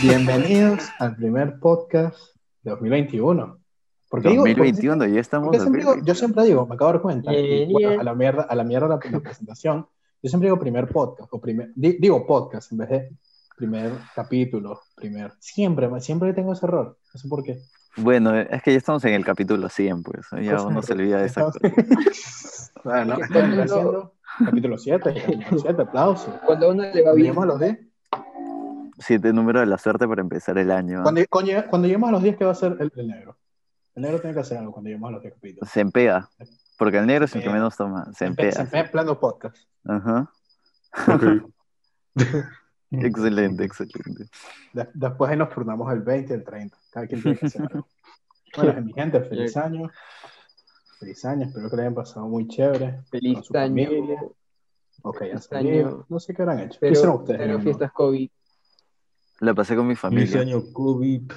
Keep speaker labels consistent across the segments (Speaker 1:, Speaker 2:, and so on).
Speaker 1: Bienvenidos al primer podcast de 2021. Porque digo- pues,
Speaker 2: 2021, ya
Speaker 1: porque
Speaker 2: estamos. en
Speaker 1: siempre digo-
Speaker 2: 2021.
Speaker 1: yo siempre digo, me acabo de dar cuenta, y,
Speaker 3: Bien,
Speaker 1: bueno,
Speaker 3: bien.
Speaker 1: a la mierda, a la, mierda la, la presentación, yo siempre digo primer podcast, o primer, di- digo podcast en vez de primer capítulo, primer, siempre, siempre tengo ese error, no sé por qué.
Speaker 2: Bueno, es que ya estamos en el capítulo 100, pues. Ya
Speaker 1: Cosa
Speaker 2: uno se olvida de esa
Speaker 1: Estamos- ah,
Speaker 2: cosa.
Speaker 1: Bueno,
Speaker 3: Capítulo-
Speaker 1: estamos haciendo capítulo 7, capítulo 7, aplausos.
Speaker 3: Cuando a uno le va bien.
Speaker 1: Lleguemos a los 10.
Speaker 2: Siete número de la suerte para empezar el año.
Speaker 1: Cuando, cuando llegue- cuando lleguemos a los 10, ¿qué va a hacer el, el negro? El negro tiene que hacer algo cuando lleguemos a los 10 capítulos.
Speaker 2: Se empea. Porque el negro es el que
Speaker 1: Empea.
Speaker 2: menos toma. Se
Speaker 1: Empe-
Speaker 2: empea.
Speaker 1: empe- plano podcast.
Speaker 2: Ajá.
Speaker 1: Mm,
Speaker 2: Excelente, excelente.
Speaker 1: De- después ahí nos turnamos el 20, el 30. Cada quien tiene que hacer algo. Bueno, mi gente, feliz año. Feliz año, espero que lo hayan pasado muy chévere.
Speaker 3: Feliz
Speaker 1: con su
Speaker 3: año.
Speaker 1: familia. Ok, ya
Speaker 3: Feliz
Speaker 1: salido.
Speaker 3: año.
Speaker 1: No sé qué habrán hecho. ¿Qué hicieron
Speaker 3: Pero,
Speaker 1: ustedes?
Speaker 3: pero
Speaker 1: no?
Speaker 3: fiestas COVID.
Speaker 2: La pasé con mi
Speaker 4: Feliz
Speaker 2: familia.
Speaker 4: año COVID.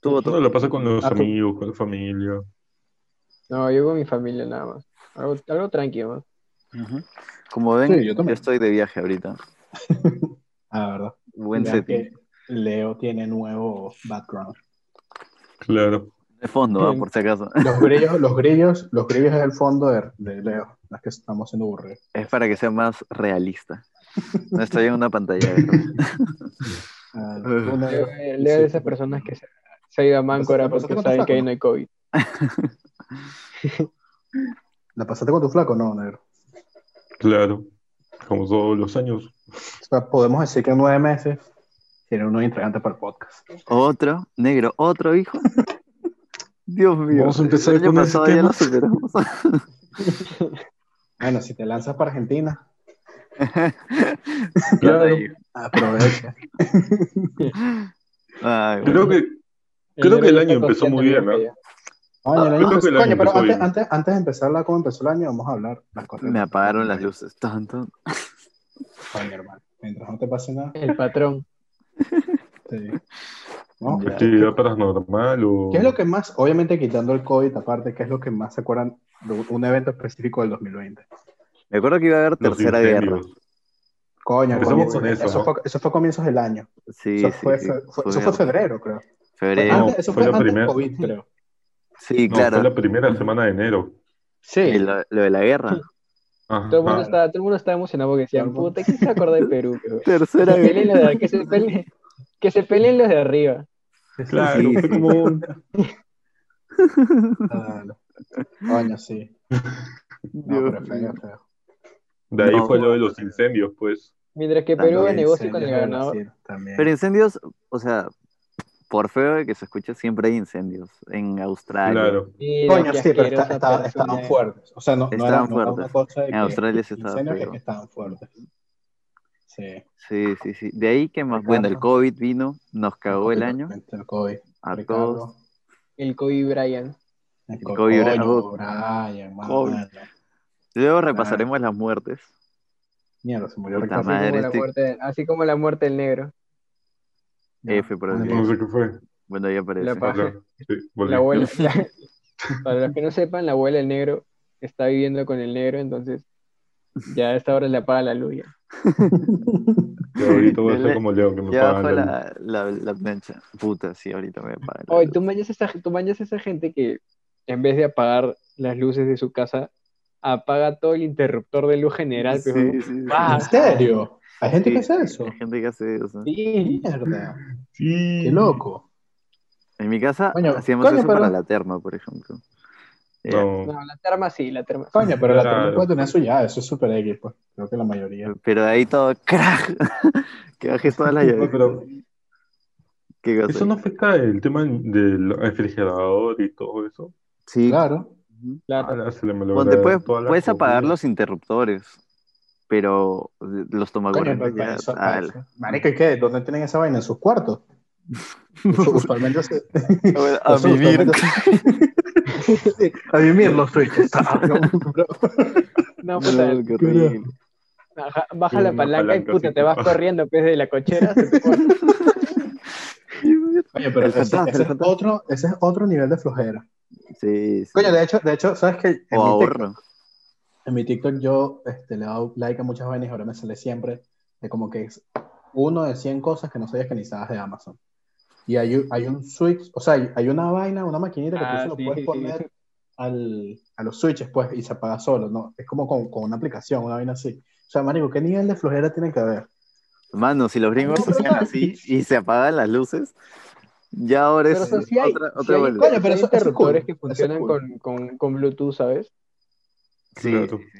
Speaker 2: Tuvo
Speaker 4: Todo
Speaker 2: todo.
Speaker 4: lo pasa con los
Speaker 3: Ah, tú.
Speaker 4: amigos, con la familia.
Speaker 3: No, yo con mi familia nada más. Algo, algo tranquilo. ¿no?
Speaker 2: Ujú. Como ven,
Speaker 1: Sí, yo
Speaker 2: yo,
Speaker 1: también.
Speaker 2: estoy de viaje ahorita.
Speaker 1: Ah, verdad.
Speaker 2: Buen
Speaker 1: Ya
Speaker 2: setting.
Speaker 1: que Leo tiene nuevo background.
Speaker 4: Claro.
Speaker 2: De fondo, ah,
Speaker 3: Sí.
Speaker 2: por si acaso.
Speaker 1: Los grillos, los grillos, los grillos es el fondo de, de Leo. Las que estamos haciendo aburridos.
Speaker 2: Es para que sea más realista. No estoy en una pantalla.
Speaker 1: Ah,
Speaker 2: Ugh.
Speaker 1: una-
Speaker 3: Leo, Leo
Speaker 1: sí,
Speaker 3: de esas
Speaker 1: sí. Pues,
Speaker 3: personas que se, se ha ido a Máncora
Speaker 1: ¿La pasaste
Speaker 3: porque
Speaker 1: con tu
Speaker 3: saben
Speaker 1: flaco?
Speaker 3: que ahí no hay COVID.
Speaker 1: ¿La pasaste con tu flaco? No, negro.
Speaker 4: Claro. Como todos los años.
Speaker 1: O sea, podemos decir que en nueve meses tiene uno integrante para el podcast.
Speaker 2: Otro, negro, otro hijo. Dios mío.
Speaker 4: Vamos a empezar
Speaker 2: el año
Speaker 4: con ese
Speaker 2: pasado ya
Speaker 4: tema.
Speaker 2: lo superamos.
Speaker 1: Bueno, si te lanzas para Argentina,
Speaker 4: Claro.
Speaker 1: aprovecha.
Speaker 4: Ah,
Speaker 2: Ay, bueno.
Speaker 4: Creo que Creo
Speaker 3: Enero
Speaker 4: que el
Speaker 3: ya
Speaker 4: año
Speaker 3: está
Speaker 4: empezó muy
Speaker 3: consciente,
Speaker 4: bien,
Speaker 3: ¿no?
Speaker 1: Coño, el año
Speaker 4: Creo que el
Speaker 1: empezó-
Speaker 4: año
Speaker 1: coño, pero
Speaker 4: empezó
Speaker 1: antes,
Speaker 4: bien.
Speaker 1: antes, antes de empezar la, cómo empezó el año, vamos a hablar las cosas.
Speaker 2: me apagaron las luces. Tanto.
Speaker 1: Coño, hermano. Mientras no te pase nada,
Speaker 3: El patrón.
Speaker 1: te- ¿no?
Speaker 2: Ya.
Speaker 4: actividad paranormal o.
Speaker 1: ¿Qué es lo que más, obviamente quitando el COVID aparte, qué es lo que más se acuerdan de un- un evento específico del 2020?
Speaker 2: Me acuerdo que iba a haber
Speaker 4: Los
Speaker 2: tercera guerra.
Speaker 4: incendios.
Speaker 1: Coño,
Speaker 4: Empezamos
Speaker 1: comienzo-
Speaker 4: con eso,
Speaker 1: eso,
Speaker 4: ¿no?
Speaker 1: fue, eso fue comienzos del año.
Speaker 2: Sí,
Speaker 1: eso,
Speaker 2: sí,
Speaker 1: fue,
Speaker 2: sí.
Speaker 1: fe- fue-
Speaker 2: Fue
Speaker 1: eso fue febrero, creo.
Speaker 2: febrero.
Speaker 4: Ah, No,
Speaker 1: Antes- eso
Speaker 4: fue
Speaker 1: fue,
Speaker 4: la
Speaker 1: antes del
Speaker 4: primera.
Speaker 1: COVID, creo.
Speaker 2: Sí,
Speaker 4: No,
Speaker 2: claro.
Speaker 4: fue la primera semana de enero.
Speaker 1: Sí.
Speaker 2: Y lo, lo de la guerra.
Speaker 4: Ajá.
Speaker 3: Todo el
Speaker 1: Ah.
Speaker 3: mundo estaba, todo el mundo estaba emocionado porque decían,
Speaker 1: Todo el mundo.
Speaker 3: puta, ¿quién se acuerda de Perú? Que
Speaker 2: Tercera
Speaker 3: se peleen
Speaker 2: guerra.
Speaker 3: los de- que se peleen- que se peleen los de arriba.
Speaker 4: Claro,
Speaker 2: Sí,
Speaker 4: fue
Speaker 2: sí.
Speaker 4: como un-
Speaker 1: Ah, no. Coño, sí. No, pero feo, feo.
Speaker 4: De ahí
Speaker 2: No.
Speaker 4: fue lo de los incendios, pues.
Speaker 3: Mientras que
Speaker 2: Tanto
Speaker 3: Perú
Speaker 2: que
Speaker 3: negocia con el
Speaker 1: Incendios de
Speaker 3: ganador.
Speaker 1: Brasil también.
Speaker 2: Pero incendios, o sea, por feo que se escuche, siempre hay incendios. En Australia.
Speaker 4: Claro.
Speaker 3: Mira,
Speaker 1: Coño,
Speaker 3: qué
Speaker 1: sí, pero está-
Speaker 3: asquerosa
Speaker 1: está-
Speaker 3: persona
Speaker 1: estaban
Speaker 3: es.
Speaker 1: fuertes. O sea, no, no
Speaker 2: Estaban
Speaker 1: era- no era una
Speaker 2: fuertes.
Speaker 1: cosa de
Speaker 2: En
Speaker 1: que
Speaker 2: Australia sí estaba
Speaker 1: incendios, es
Speaker 2: feo.
Speaker 1: que estaban fuertes. Sí.
Speaker 2: Sí, sí, sí. De ahí que más.
Speaker 1: Ricardo.
Speaker 2: Bueno, el COVID vino, nos cagó el año
Speaker 1: El COVID.
Speaker 2: a
Speaker 1: Ricardo,
Speaker 2: todos.
Speaker 3: El Kobe Bryant.
Speaker 1: el
Speaker 2: Kobe
Speaker 1: coño,
Speaker 2: Bryant.
Speaker 1: Brian, mano.
Speaker 2: Kobe.
Speaker 1: Ah.
Speaker 2: Luego repasaremos las muertes.
Speaker 1: Mierda, se murió
Speaker 2: Puta
Speaker 1: Ricardo.
Speaker 2: madre,
Speaker 3: así, como la
Speaker 2: este-
Speaker 3: muerte, así como la muerte del negro.
Speaker 2: F por el
Speaker 4: No
Speaker 2: Dios.
Speaker 4: sé qué fue.
Speaker 2: Bueno, ya aparece.
Speaker 3: La paja.
Speaker 4: Claro. Sí, volví.
Speaker 3: La abuela, para los que no sepan, la abuela del negro está viviendo con el negro, entonces ya a esta hora le apaga la luz. ya.
Speaker 4: Y ahorita voy a ser
Speaker 2: Ya-
Speaker 4: como Leo, que me
Speaker 2: Ya bajó
Speaker 4: pagan la
Speaker 2: la, la, la plancha. Puta, sí, ahorita me pagan. la
Speaker 3: Oye,
Speaker 2: luz.
Speaker 3: tú mañas, esa, tú mañas a esa gente que en vez de apagar las luces de su casa, apaga todo el interruptor de luz general.
Speaker 2: Sí,
Speaker 3: pero-
Speaker 2: sí, sí.
Speaker 3: Ah,
Speaker 1: ¿En serio? ¿Hay gente
Speaker 2: Sí,
Speaker 1: que hace eso?
Speaker 2: Hay gente que hace eso.
Speaker 3: sí.
Speaker 1: Mierda.
Speaker 4: luz. Sí.
Speaker 1: Qué loco.
Speaker 2: En mi casa
Speaker 1: Coño,
Speaker 2: hacíamos
Speaker 1: coño,
Speaker 2: eso
Speaker 1: pero-
Speaker 2: para la terma, por ejemplo. Eh,
Speaker 4: No.
Speaker 3: No, la terma sí, la terma.
Speaker 1: Coño, pero la
Speaker 4: Claro.
Speaker 1: tercera puede tener su ya, eso es super X, pues. Creo que la mayoría.
Speaker 2: Pero de ahí todo, crack, que bajes todas las llaves.
Speaker 4: No, pero-
Speaker 2: ¿Qué cosa?
Speaker 4: ¿Eso no afecta el tema del refrigerador y todo eso?
Speaker 2: Sí.
Speaker 1: Claro.
Speaker 2: Ujú.
Speaker 3: Claro.
Speaker 4: Ah, se le me
Speaker 2: Ponte,
Speaker 4: logra
Speaker 2: puedes,
Speaker 4: toda la
Speaker 2: puedes apagar
Speaker 4: comida.
Speaker 2: los interruptores, pero los
Speaker 1: Coño,
Speaker 2: tomacorrientes
Speaker 1: pero para
Speaker 2: ya,
Speaker 1: eso- para
Speaker 2: tal.
Speaker 1: eso. Marico, ¿y qué? ¿Dónde tienen esa vaina? ¿En sus cuartos? Usualmente se-
Speaker 2: Bueno, A
Speaker 1: Eso
Speaker 2: vivir.
Speaker 1: Sí, a vivir los switches.
Speaker 2: ah,
Speaker 3: No, puta,
Speaker 2: No, qué horrible.
Speaker 3: baja, baja
Speaker 4: Sí,
Speaker 3: la
Speaker 4: una
Speaker 3: palanca y
Speaker 4: palanca,
Speaker 3: puta,
Speaker 4: sí.
Speaker 3: te vas corriendo pues, de la cochera. se te pone-
Speaker 1: Oye, pero
Speaker 2: El
Speaker 1: ese,
Speaker 2: fantasma,
Speaker 1: ese
Speaker 2: el
Speaker 1: es
Speaker 2: fantasma.
Speaker 1: otro, ese es otro nivel de flojera.
Speaker 2: Sí, sí.
Speaker 1: Coño, de hecho, de hecho ¿sabes qué? En,
Speaker 2: O
Speaker 1: mi TikTok,
Speaker 2: ahorro.
Speaker 1: en mi TikTok yo este, le he dado like a muchas vainas y ahora me sale siempre de como que es uno de 100 cosas que no sabías que necesitabas de Amazon. Y hay, un- hay un switch, o sea, hay, hay una vaina, una maquinita que
Speaker 3: Ah,
Speaker 1: tú se lo
Speaker 3: sí,
Speaker 1: puedes
Speaker 3: sí,
Speaker 1: poner
Speaker 3: sí.
Speaker 1: al- a los switches, pues, y se apaga solo, ¿no? Es como con, con una aplicación, una vaina así. O sea, marico, ¿qué nivel de flojera tiene que haber?
Speaker 2: Mano, si los gringos hacían así y se apagan las luces, ya ahora es
Speaker 3: Pero, o sea, sí hay-
Speaker 2: otra,
Speaker 3: sí
Speaker 2: otra
Speaker 3: hay-
Speaker 2: vuelta.
Speaker 1: Coño, pero
Speaker 3: hay
Speaker 1: eso- eso es
Speaker 3: interruptores
Speaker 1: cool,
Speaker 3: que
Speaker 1: eso es
Speaker 3: funcionan
Speaker 1: cool.
Speaker 3: con, con, con Bluetooth, ¿sabes?
Speaker 2: Sí,
Speaker 4: Claro.
Speaker 2: sí, sí.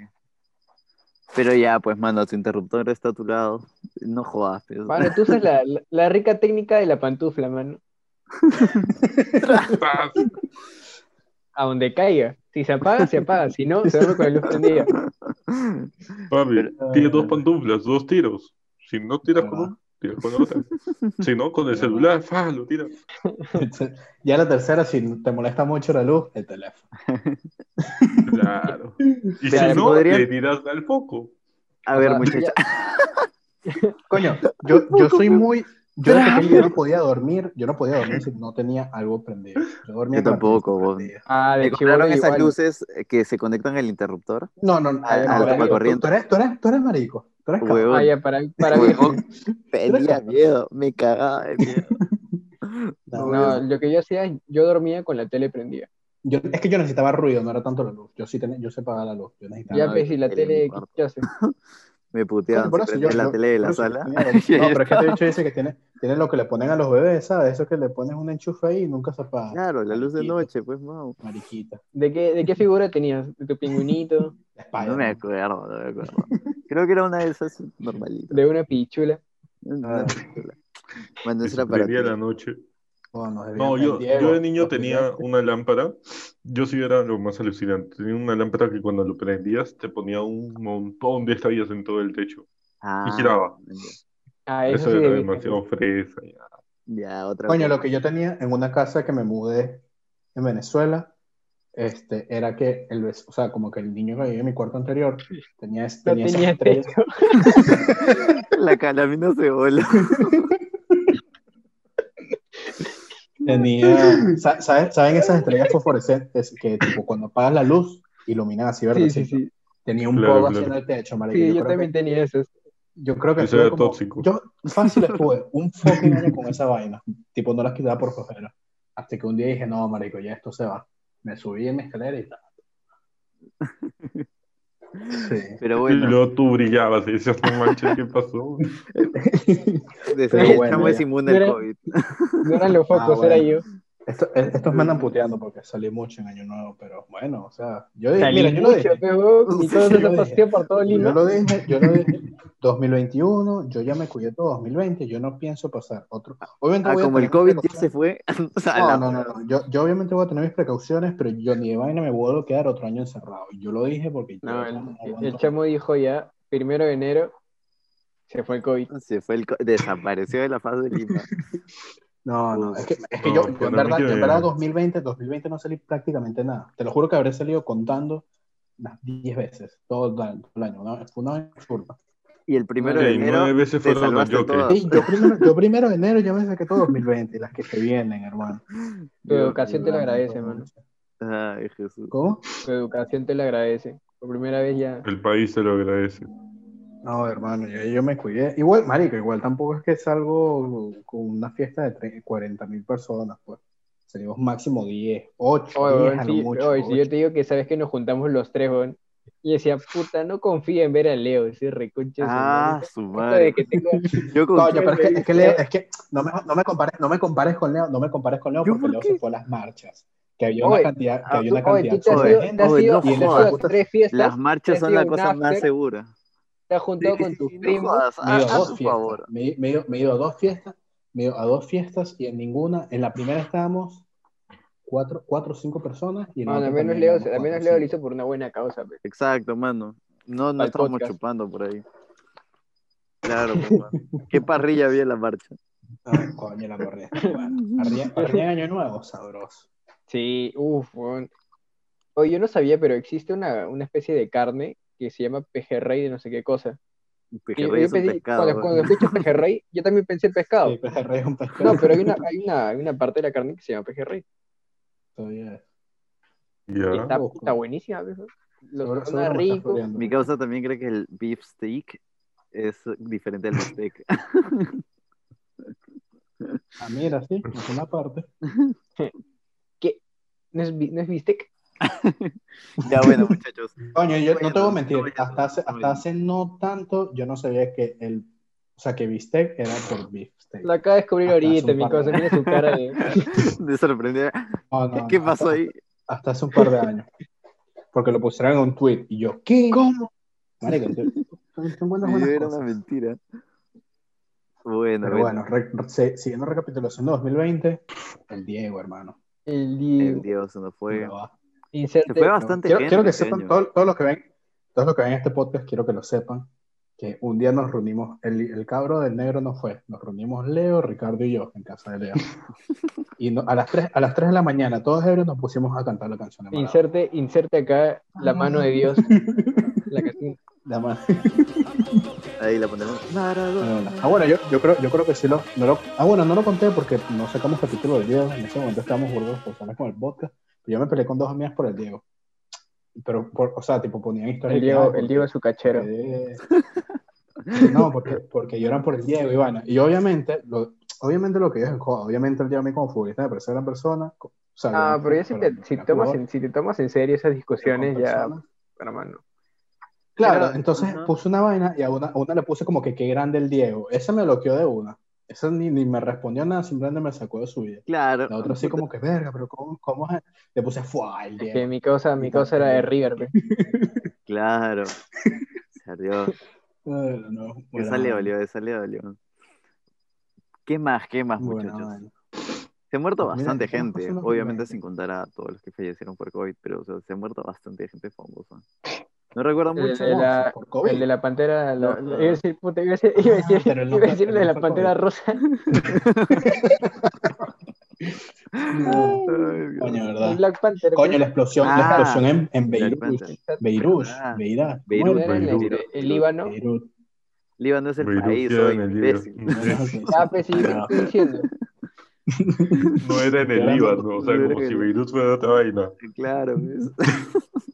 Speaker 2: Pero ya, pues, mano, tu interruptor está a tu lado. No jodas. pues.
Speaker 3: Mano, tú usas la, la- la rica técnica de la pantufla, mano.
Speaker 4: ¡Paf!
Speaker 3: A donde caiga. Si se apaga, se apaga. Si no, se duerme con la luz prendida.
Speaker 4: Papi, eh,
Speaker 1: Pero-
Speaker 4: tienes dos pantuflas, dos tiros. Si no tiras con
Speaker 1: ¿Verdad?
Speaker 4: uno, tiras con otra. Si no, con el celular, fa, lo tiras.
Speaker 1: ya la tercera, si te molesta mucho la luz, el teléfono.
Speaker 4: Claro. Y
Speaker 2: Pero
Speaker 4: si no,
Speaker 2: podría-
Speaker 4: le tiras al foco.
Speaker 2: A ver,
Speaker 1: Ajá.
Speaker 2: muchacha.
Speaker 1: Coño, yo, yo soy muy... Yo, de pequeño yo no podía dormir, yo no podía dormir si no tenía algo prendido. Yo dormía
Speaker 2: Yo
Speaker 1: con la luz
Speaker 2: tampoco, vos.
Speaker 1: prendida.
Speaker 3: Ah,
Speaker 2: ¿Te
Speaker 3: de
Speaker 2: compraron
Speaker 3: chivolo
Speaker 2: esas
Speaker 3: igual.
Speaker 2: luces que se conectan al interruptor?
Speaker 1: No, no, no.
Speaker 2: Ah,
Speaker 1: no,
Speaker 2: ah,
Speaker 1: marico,
Speaker 2: toma
Speaker 1: tú-
Speaker 2: corriente.
Speaker 1: Tú, eres, tú, eres, tú eres marico. Tú eres cabrón.
Speaker 2: Huevón.
Speaker 3: Ah, ya, para, para viejos.
Speaker 2: Huevón, Tenía miedo, me cagaba de miedo.
Speaker 3: No, lo que yo hacía, es- yo dormía con la tele prendida.
Speaker 1: Yo- es que yo necesitaba ruido, no era tanto la luz. Yo sí tenía, yo sé pagar la luz. Yo necesitaba.
Speaker 3: ya,
Speaker 2: no,
Speaker 3: pues,
Speaker 2: yo
Speaker 3: y la
Speaker 2: tenía
Speaker 3: tele,
Speaker 2: mi cuarto.
Speaker 3: ¿qué haces?
Speaker 2: Me
Speaker 1: Coño,
Speaker 2: puteaban
Speaker 1: por
Speaker 2: si
Speaker 1: eso
Speaker 2: prendía
Speaker 1: yo-
Speaker 2: la
Speaker 1: yo-
Speaker 2: tele de
Speaker 1: por
Speaker 2: la
Speaker 1: eso
Speaker 2: sala.
Speaker 1: tenía- No, pero es que te dicho dice que tiene, tiene lo que le ponen a los bebés, ¿sabes? Eso que le pones un enchufe ahí y nunca se apaga.
Speaker 2: Claro, la luz de
Speaker 1: Mariquita,
Speaker 2: noche, pues, no.
Speaker 1: Mariquita.
Speaker 3: ¿De qué, ¿De qué figura tenías? ¿De tu pingüinito?
Speaker 1: La
Speaker 2: No
Speaker 1: Spider-Man.
Speaker 2: me acuerdo, no me acuerdo. Creo que era una de esas normalitas.
Speaker 3: ¿De una pichula?
Speaker 2: Una
Speaker 1: Ah.
Speaker 2: película. Bueno,
Speaker 4: Y
Speaker 2: eso era
Speaker 4: se
Speaker 2: para
Speaker 4: prendía
Speaker 2: ti.
Speaker 4: la noche.
Speaker 1: No, nos debían
Speaker 4: No,
Speaker 1: el
Speaker 4: yo,
Speaker 1: Diego,
Speaker 4: yo de niño
Speaker 1: los
Speaker 4: tenía
Speaker 1: videos.
Speaker 4: una lámpara. Yo sí era lo más alucinante. Tenía una lámpara que cuando lo prendías te ponía un montón de estrellas en todo el techo.
Speaker 2: Ah,
Speaker 4: Y giraba.
Speaker 3: Ah, eso,
Speaker 4: Eso
Speaker 3: sí.
Speaker 4: era
Speaker 3: de-
Speaker 4: demasiado fresa. ya.
Speaker 2: Ya, otra
Speaker 1: Coño,
Speaker 2: cosa.
Speaker 1: lo que yo tenía en una casa que me mudé en Venezuela, este, era que el, bes- o sea, como que el niño que vivía en mi cuarto anterior tenía,
Speaker 3: No
Speaker 1: tenía esas
Speaker 3: tenía
Speaker 1: estrellas.
Speaker 3: techo.
Speaker 2: La calamina se voló.
Speaker 1: Tenía, sa- ¿saben, saben esas estrellas fosforescentes que tipo cuando apagas la luz iluminan así
Speaker 3: Sí,
Speaker 1: verdecito?
Speaker 3: sí, sí.
Speaker 1: Tenía un
Speaker 4: Claro,
Speaker 1: poco así en
Speaker 4: claro.
Speaker 1: el techo, marico.
Speaker 3: Sí,
Speaker 1: yo,
Speaker 3: yo
Speaker 1: creo
Speaker 3: también
Speaker 1: que,
Speaker 3: tenía esas.
Speaker 1: yo creo que
Speaker 4: Eso
Speaker 1: estuve
Speaker 4: era
Speaker 1: como-
Speaker 4: tóxico.
Speaker 1: Yo fácil estuve un fucking año con esa vaina. Tipo, no las quitaba por cojera. Hasta que un día dije, no, marico, ya esto se va. Me subí en mi escalera y tal. Sí.
Speaker 2: Pero
Speaker 4: Y
Speaker 2: bueno,
Speaker 4: luego tú brillabas y decías, no manches, ¿qué pasó?
Speaker 2: desde
Speaker 1: pero
Speaker 2: ahí el
Speaker 1: bueno,
Speaker 2: chamo es
Speaker 1: ya.
Speaker 2: inmune al
Speaker 3: Mira.
Speaker 2: COVID.
Speaker 3: No eran los focos,
Speaker 1: Ah, bueno.
Speaker 3: era yo.
Speaker 1: Esto- eh, estos me andan puteando porque salí mucho en Año Nuevo, pero bueno, o sea, yo dije,
Speaker 3: Salí
Speaker 1: mira, yo lo
Speaker 3: mucho,
Speaker 1: dije.
Speaker 3: pe, huevón, y
Speaker 1: Sí,
Speaker 3: todo
Speaker 1: yo
Speaker 3: eso
Speaker 1: dije.
Speaker 3: pasó por todo
Speaker 1: Yo
Speaker 3: Lima.
Speaker 1: lo dije, yo lo dije. 2021, yo ya me cuidé todo 2020, yo no pienso pasar otro. Obviamente
Speaker 2: Ah,
Speaker 1: voy a
Speaker 2: como el
Speaker 1: tener
Speaker 2: COVID ya
Speaker 1: precauciones.
Speaker 2: se fue. o sea, la-
Speaker 1: No, no, no, no. Yo, yo obviamente voy a tener mis precauciones, pero yo ni de vaina me vuelvo a quedar otro año encerrado. Y Yo lo dije porque yo
Speaker 3: No, el,
Speaker 1: no
Speaker 3: el
Speaker 1: aguanto.
Speaker 3: chamo dijo ya, primero de enero, se fue el COVID.
Speaker 2: Se fue el co- desapareció de la faz de Lima.
Speaker 1: No, no, es que, es que
Speaker 4: No,
Speaker 1: yo,
Speaker 4: pues
Speaker 1: yo en
Speaker 4: no me
Speaker 1: verdad, yo en
Speaker 4: quiero
Speaker 1: verdad
Speaker 4: ver.
Speaker 1: 2020, 2020 no salí prácticamente nada. Te lo juro que habré salido contando las 10 veces, todo el todo el año. Una, fue una vaina absurda.
Speaker 2: Y el primero
Speaker 4: Ok,
Speaker 2: de
Speaker 4: nueve
Speaker 2: enero te
Speaker 4: veces fueron los
Speaker 2: salvaste
Speaker 4: Jokers.
Speaker 2: todas.
Speaker 1: Sí, yo, primero, yo primero de enero ya me saqué todo 2020, y las que se vienen, hermano.
Speaker 3: Tu educación te lo agradece, mano.
Speaker 1: hermano.
Speaker 2: Ay, Jesús.
Speaker 1: ¿Cómo?
Speaker 3: Tu educación te la agradece. Por primera vez ya.
Speaker 4: El país te lo agradece.
Speaker 1: No, hermano, yo, yo me cuidé. Igual, marico, igual tampoco es que salgo con una fiesta de 40 mil personas, pues. Salimos máximo 10, 8,
Speaker 3: Oye,
Speaker 1: 10
Speaker 3: weón,
Speaker 1: a lo
Speaker 3: sí,
Speaker 1: mucho.
Speaker 3: oye, si yo
Speaker 1: ocho.
Speaker 3: te digo que sabes que nos juntamos los tres, weón, y decía, puta, no confía en ver a Leo, ese reconche. de su
Speaker 2: Ah,
Speaker 3: madre.
Speaker 2: su
Speaker 3: Esto de
Speaker 2: madre.
Speaker 3: que tengo-
Speaker 2: Yo con
Speaker 1: Coño, pero es que, es que, Leo- es que no, me, no, me compares, no me compares con Leo, no me compares con Leo
Speaker 2: ¿Yo
Speaker 1: porque
Speaker 2: por
Speaker 1: Leo
Speaker 2: qué?
Speaker 1: se fue a las marchas. Que había una
Speaker 3: Oye,
Speaker 1: cantidad, que
Speaker 2: ah,
Speaker 1: había una
Speaker 3: Oye, tú
Speaker 1: cantidad
Speaker 3: te has
Speaker 1: absurda de
Speaker 3: ido,
Speaker 2: Oye,
Speaker 1: gente.
Speaker 3: te has
Speaker 2: oye,
Speaker 3: ido
Speaker 2: no
Speaker 3: te has ido
Speaker 2: jodas.
Speaker 3: a las tres fiestas,
Speaker 2: las marchas
Speaker 3: te
Speaker 2: son la
Speaker 3: digo,
Speaker 2: cosa
Speaker 3: un
Speaker 2: más
Speaker 3: after.
Speaker 2: segura.
Speaker 3: te has juntado con tus
Speaker 2: Sí, no
Speaker 3: primos.
Speaker 2: jodas,
Speaker 1: Me he
Speaker 2: haz
Speaker 1: ido a
Speaker 2: haz
Speaker 1: dos
Speaker 2: tu
Speaker 1: fiestas.
Speaker 2: favor.
Speaker 1: Me, he- me he ido- me he ido a dos fiestas. Me he ido a dos fiestas y en ninguna, en la primera estábamos cuatro, cuatro o cinco personas. Y en la
Speaker 3: Mano,
Speaker 1: otra
Speaker 3: al menos
Speaker 1: también
Speaker 3: Leo,
Speaker 1: éramos
Speaker 3: al menos
Speaker 1: cuatro o
Speaker 3: Leo lo
Speaker 1: cinco.
Speaker 3: hizo por una buena causa, pe.
Speaker 2: Exacto, mano. No, no
Speaker 3: Al
Speaker 2: estamos
Speaker 3: podcast.
Speaker 2: chupando por ahí. Claro, pues, mano. Qué parrilla había en la marcha.
Speaker 1: Ah, coño, la morrea. Bueno, arriba- arriba en año nuevo, sabroso.
Speaker 3: Sí, uff, weón. Oye, yo no sabía, pero existe una, una especie de carne que se llama pejerrey de no sé qué cosa.
Speaker 2: Un
Speaker 3: Y yo-
Speaker 2: pejerrey
Speaker 3: yo
Speaker 2: es un
Speaker 3: pensé-
Speaker 2: pescado.
Speaker 3: cuando,
Speaker 2: mano.
Speaker 3: cuando escucho pejerrey, yo también pensé en pescado.
Speaker 1: Sí, pejerrey es un pescado.
Speaker 3: No, pero hay una, hay una, hay una parte de la carne que se llama pejerrey.
Speaker 1: Todavía
Speaker 4: Ya.
Speaker 3: Y está,
Speaker 1: busco.
Speaker 3: está buenísima, pues, ¿no? Lo
Speaker 1: Seguro-
Speaker 3: sazona
Speaker 1: seguro me estás
Speaker 3: rico.
Speaker 1: jodiendo.
Speaker 2: Mi causa también cree que el beef steak es diferente al bistec.
Speaker 1: Ah, mira, sí, es una parte.
Speaker 3: ¿No es, bi- no es bistec?
Speaker 2: ya bueno, muchachos.
Speaker 1: Coño, yo no te voy a mentir,
Speaker 2: Bueno,
Speaker 1: hasta, hace,
Speaker 2: bueno.
Speaker 1: hasta hace no tanto yo no sabía que el, o sea, que bistec era por bistec.
Speaker 3: Lo acabo de descubrir
Speaker 1: Acá
Speaker 3: ahorita,
Speaker 1: son
Speaker 3: mi
Speaker 1: pardos.
Speaker 3: cosa. Mira su cara de.
Speaker 2: Me sorprendió.
Speaker 1: No, no,
Speaker 2: ¿Qué
Speaker 1: no,
Speaker 2: pasó
Speaker 1: hasta-
Speaker 2: ahí?
Speaker 1: Hasta hace un par de años. Porque lo pusieron en un tweet y yo, ¿qué?
Speaker 2: ¿Cómo?
Speaker 1: Marico, tú- tú- tú encuentras
Speaker 2: Me
Speaker 1: buenas
Speaker 2: era
Speaker 1: cosas.
Speaker 2: una mentira. Bueno,
Speaker 1: Pero
Speaker 2: bueno,
Speaker 1: bueno, re- se- siguiendo recapitulación de 2020, el Diego, hermano.
Speaker 3: El
Speaker 2: el
Speaker 3: Diego.
Speaker 2: eh, Dios se nos fue.
Speaker 1: Ya va.
Speaker 3: Inserte-
Speaker 2: Se fue bastante
Speaker 1: Quiero,
Speaker 2: gente
Speaker 1: quiero que
Speaker 2: este
Speaker 1: sepan,
Speaker 2: año.
Speaker 1: todo- todos los que ven, todos los que ven este podcast, quiero que lo sepan, que un día nos reunimos, el, el cabro del negro no fue, nos reunimos Leo, Ricardo y yo en casa de Leo. Y no- a, las 3, a las 3 de la mañana, todos ebrios, nos pusimos a cantar la canción de Maradona.
Speaker 3: Inserte, inserte acá la mano de Dios. La que-
Speaker 1: La ma-
Speaker 2: Ahí la ponemos. Maradona.
Speaker 1: Ah, bueno, yo, yo, creo, yo creo que sí lo, no lo... Ah, bueno, no lo conté porque no sacamos capítulo del Diego, en ese momento estábamos gordos personas con el podcast, pero yo me peleé con dos amigas por el Diego. Pero, por- o sea, tipo, ponían historias. pues,
Speaker 3: El
Speaker 1: y
Speaker 3: Diego,
Speaker 1: nada,
Speaker 3: el Diego es su cachero.
Speaker 1: Eh, No, porque, porque lloran por el Diego, Ivana. Y obviamente, lo, obviamente lo que yo obviamente el Diego a mí como futbolista me parece gran persona. co- o sea,
Speaker 3: Ah,
Speaker 1: gran-
Speaker 3: pero ya si te,
Speaker 1: gran
Speaker 3: si, tomas
Speaker 1: jugador,
Speaker 3: en, si te tomas en serio esas
Speaker 1: gran
Speaker 3: discusiones, ya,
Speaker 1: persona.
Speaker 3: hermano.
Speaker 1: Claro,
Speaker 2: Pero-
Speaker 1: entonces
Speaker 2: ajá.
Speaker 1: puse una vaina y a una, a una le puse como que qué grande el Diego. Ese me bloqueó de una. Ese ni, ni me respondió nada, simplemente me sacó de su vida.
Speaker 2: Claro.
Speaker 1: La otra así como que, verga, pero ¿cómo, cómo es? Le puse, fuá, el
Speaker 3: Que
Speaker 1: Diego.
Speaker 3: mi causa, mi causa era de River. pe.
Speaker 2: Claro. Se ardió.
Speaker 1: Eh, no, buena
Speaker 2: Esa le
Speaker 1: vaina,
Speaker 2: dolió, esa le dolió. ¿Qué más, qué más,
Speaker 1: buena
Speaker 2: muchachos?
Speaker 1: vaina.
Speaker 2: Se ha muerto
Speaker 1: Mira,
Speaker 2: bastante
Speaker 1: ¿cómo
Speaker 2: gente,
Speaker 1: pasó la
Speaker 2: obviamente
Speaker 1: pandemia?
Speaker 2: sin contar a todos los que fallecieron por COVID, pero o sea, se ha muerto bastante gente famosa. No recuerdo
Speaker 3: El-
Speaker 2: mucho.
Speaker 3: el-
Speaker 1: eh,
Speaker 3: la-
Speaker 1: por COVID.
Speaker 3: El de la pantera. la-
Speaker 2: No, no.
Speaker 3: iba a decir, puta, iba a decir, iba a decir-
Speaker 1: Ah, pero no
Speaker 3: iba a
Speaker 1: fue-
Speaker 3: decir el de
Speaker 1: no
Speaker 3: la
Speaker 1: fue
Speaker 3: pantera
Speaker 1: COVID.
Speaker 3: rosa.
Speaker 1: No,
Speaker 2: Ay, Dios.
Speaker 1: coño, ¿verdad?
Speaker 3: El Black Panther.
Speaker 1: Coño, la explosión, la
Speaker 2: Ah,
Speaker 1: explosión en, en
Speaker 2: Black
Speaker 1: Beirut.
Speaker 2: Panther.
Speaker 1: Beirut,
Speaker 2: Ah,
Speaker 1: Beirut.
Speaker 2: Beirut,
Speaker 3: Era el,
Speaker 4: Beirut.
Speaker 3: este, el Líbano.
Speaker 1: Beirut.
Speaker 2: Líbano es el
Speaker 4: Beirut
Speaker 2: país,
Speaker 4: queda
Speaker 2: soy
Speaker 4: en el
Speaker 2: imbécil.
Speaker 4: Líbano.
Speaker 3: Ah, pues sí, ¿qué estoy diciendo.
Speaker 4: No era en el
Speaker 1: Claro.
Speaker 4: Líbano, o
Speaker 2: No
Speaker 4: sea,
Speaker 2: era
Speaker 4: como
Speaker 2: en
Speaker 4: si
Speaker 2: el-
Speaker 4: Beirut fuera otra vaina.
Speaker 2: Claro, ¿ves?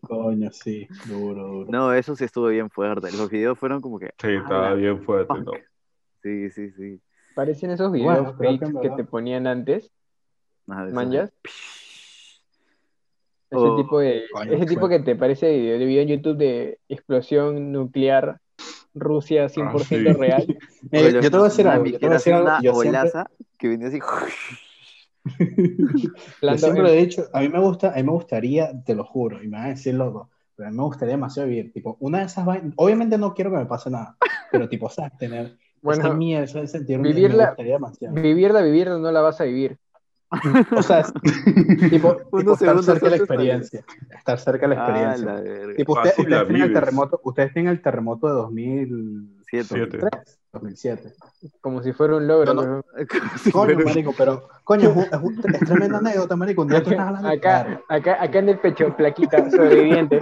Speaker 1: Coño, sí, duro, duro.
Speaker 2: No, eso sí estuvo bien fuerte. Los videos fueron como que.
Speaker 4: Sí, estaba
Speaker 2: "Ala".
Speaker 4: bien fuerte, ¿no?
Speaker 2: fuck. Sí, sí, sí.
Speaker 3: Parecen esos videos
Speaker 1: Bueno, creo que en
Speaker 3: fakes que
Speaker 1: verdad.
Speaker 3: te ponían antes,
Speaker 2: Ajá, eso.
Speaker 3: manjas. Ese
Speaker 2: Oh.
Speaker 3: tipo de,
Speaker 1: Coño,
Speaker 3: ese tipo
Speaker 1: bueno.
Speaker 3: que te parece de video, de video en YouTube de explosión nuclear Rusia 100%
Speaker 4: Ah, sí.
Speaker 3: real.
Speaker 1: Mira, Eh, yo
Speaker 2: Oye,
Speaker 1: te voy a decir algo.
Speaker 2: Nami,
Speaker 1: Yo
Speaker 2: que
Speaker 1: te voy a
Speaker 2: era así
Speaker 1: decir algo.
Speaker 2: una
Speaker 1: Yo siempre,
Speaker 2: olaza que venía así.
Speaker 1: yo
Speaker 3: Plano-
Speaker 1: siempre he dicho, a mí me gusta, a mí me gustaría, te lo juro, y me van a decir los dos, pero a mí me gustaría demasiado vivir, tipo, una de esas vainas, obviamente no quiero que me pase nada, pero tipo, ¿sabes? Tener esa
Speaker 3: bueno,
Speaker 1: mía, ese sentir,
Speaker 3: vivirla-
Speaker 1: me gustaría demasiado.
Speaker 3: vivirla, vivirla no la vas a vivir.
Speaker 1: O sea, es- tipo, tipo estar
Speaker 2: segundos
Speaker 1: cerca de la
Speaker 2: antes
Speaker 1: experiencia, estar cerca de la
Speaker 2: Ah,
Speaker 1: experiencia.
Speaker 2: la verga.
Speaker 1: Tipo, usted-
Speaker 4: Fácil la
Speaker 1: ustedes, tienen el
Speaker 4: vives.
Speaker 1: terremoto, ustedes tienen el terremoto de 2003,
Speaker 2: Siete.
Speaker 4: Siete.
Speaker 1: 2007.
Speaker 3: Como si fuera un logro.
Speaker 1: No, no.
Speaker 3: weón.
Speaker 1: Coño, marico, pero coño, es, un- es un- es tremenda anécdota, marico. Un día tú estás hablando
Speaker 3: Acá,
Speaker 1: claro.
Speaker 3: acá, acá en el pecho, plaquita, sobreviviente.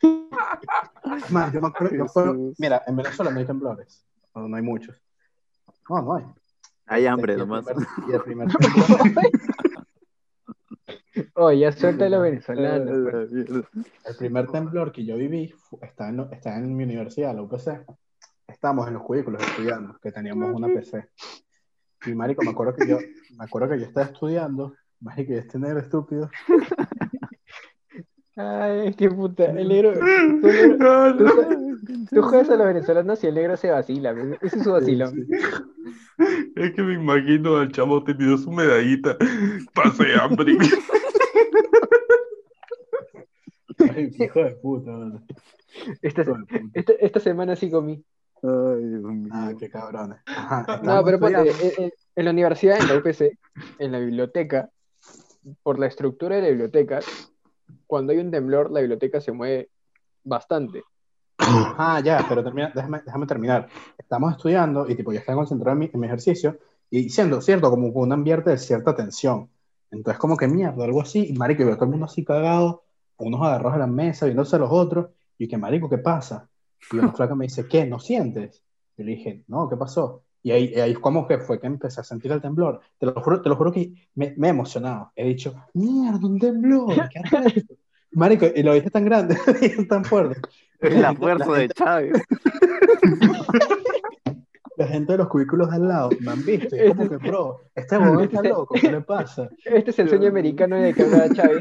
Speaker 1: Es más, yo me acuerdo- yo me acuerdo-
Speaker 2: Jesús.
Speaker 1: mira, en Venezuela no hay temblores, no, no hay muchos. No, no hay.
Speaker 2: Hay hambre
Speaker 1: Y el
Speaker 2: nomás.
Speaker 1: primer- y el primer-
Speaker 3: Oh, ya suelta a los venezolanos. weón.
Speaker 1: El primer temblor que yo viví fu- estaba en, estaba en mi universidad, la UPC. Estábamos en los cubículos estudiando, que teníamos una PC. Y marico, me acuerdo que yo, me acuerdo que yo estaba estudiando, marico, y este negro estúpido.
Speaker 3: Ay, qué puta. El negro. Tú, negro- tú juegas a los venezolanos y el negro se vacila. weón. Ese es su vacilón.
Speaker 4: Es que me imagino al chavo teniendo su medallita. Pase hambre.
Speaker 1: Ay, hijo de puta, mano.
Speaker 3: Este Esta,
Speaker 1: Hijo de puta.
Speaker 3: esta, esta semana sí comí.
Speaker 2: Ay, Dios mío.
Speaker 1: Ah, qué cabrones. Ajá,
Speaker 3: No,
Speaker 1: estábamos
Speaker 3: pero pues, ponte,
Speaker 1: estudiando.
Speaker 3: en, en- en la universidad, en la UPC, en la biblioteca, por la estructura de la biblioteca, cuando hay un temblor, la biblioteca se mueve bastante.
Speaker 1: Ah, ya, pero termina, déjame, déjame terminar. Estamos estudiando y tipo, yo estaba concentrado en mi, en mi ejercicio y siendo cierto, como un ambiente de cierta tensión. Entonces, como que mierda, algo así, y marico, veo todo el mundo así cagado, unos agarrados a la mesa, viéndose a los otros, y que marico, ¿qué pasa? Y una flaca me dice, ¿qué? ¿No sientes? Yo le dije, no, ¿qué pasó? Y ahí, y ahí es como que fue que empecé a sentir el temblor. Te lo juro, te lo juro que me, me he emocionado. He dicho, mierda, un temblor, ¿qué arrecho". Marico, y lo dije tan grande, tan fuerte.
Speaker 2: Es la fuerza de Chávez.
Speaker 1: La gente de los cubículos al lado me han visto. y Es como que, bro, este huevón está loco, ¿qué le pasa?
Speaker 3: Este es el sueño americano de que hablaba Chávez.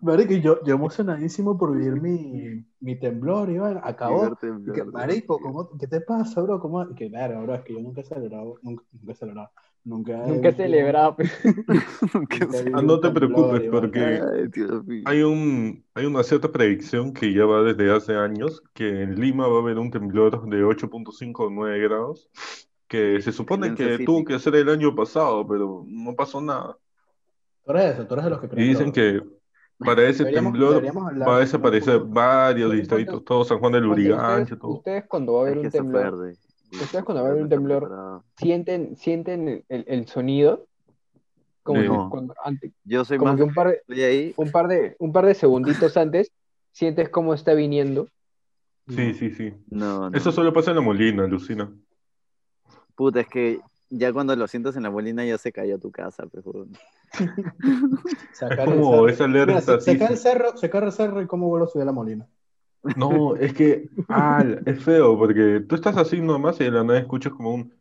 Speaker 1: Marico, y yo, yo emocionadísimo por vivir mi, mi temblor, Iván. Acabó.
Speaker 2: Verte en
Speaker 1: Y que,
Speaker 2: verde.
Speaker 1: marico, ¿cómo, ¿qué te pasa, bro? ¿Cómo? y Que claro, bro, es que yo nunca he celebrado, nunca, nunca he celebrado, nunca he
Speaker 3: Nunca he
Speaker 1: vivido-
Speaker 3: celebrado. pues.
Speaker 2: Qué
Speaker 1: nunca he
Speaker 2: sé-
Speaker 1: vivido
Speaker 4: Ah, no te
Speaker 1: un
Speaker 4: preocupes,
Speaker 1: temblor,
Speaker 4: porque-
Speaker 1: Iván.
Speaker 2: Ay, Dios mío.
Speaker 4: Hay un, hay una cierta predicción que ya va desde hace años, que en Lima va a haber un temblor de 8.5 o 9 grados, que se supone que
Speaker 2: Tendencia
Speaker 4: tuvo
Speaker 2: sísmica.
Speaker 4: que ser el año pasado, pero no pasó nada.
Speaker 1: Tú eres eso, tú eres de los que
Speaker 4: Y dicen que para ese
Speaker 1: Deberíamos-
Speaker 4: temblor
Speaker 1: deberíamos hablar-
Speaker 4: va a desaparecer varios
Speaker 3: Pero
Speaker 4: distritos,
Speaker 3: entonces-
Speaker 4: todo San Juan del Lurigancho,
Speaker 3: Ustedes,
Speaker 4: todo.
Speaker 3: ustedes cuando va a haber
Speaker 2: Es que
Speaker 3: un
Speaker 2: está
Speaker 3: temblor,
Speaker 2: verde.
Speaker 3: Ustedes cuando va a haber un
Speaker 2: Está
Speaker 3: temblor-
Speaker 2: preparado.
Speaker 3: ¿sienten, sienten el, el- el sonido? Como,
Speaker 4: Sí.
Speaker 3: que
Speaker 2: No.
Speaker 3: cuando- ante-
Speaker 2: Yo soy
Speaker 3: como
Speaker 2: más
Speaker 3: que un par de,
Speaker 2: estoy ahí.
Speaker 3: un par de, un par de segunditos antes, sientes cómo está viniendo.
Speaker 1: Mm.
Speaker 4: Sí, sí, sí.
Speaker 2: No, no.
Speaker 4: Eso solo pasa en la Molina, Lucina.
Speaker 2: Puta, es que ya cuando lo sientas en la bolina ya se cayó tu casa, pues, weón.
Speaker 4: Es
Speaker 1: Sacar el
Speaker 4: como
Speaker 1: cerro.
Speaker 4: esa
Speaker 1: Mira,
Speaker 4: alerta
Speaker 1: se, se cae el
Speaker 4: sísmica.
Speaker 1: cerro, se cae el cerro y cómo vuelvo a subir a la molina.
Speaker 4: No, es que ah, es feo porque tú estás así nomás y de la nada escuchas como un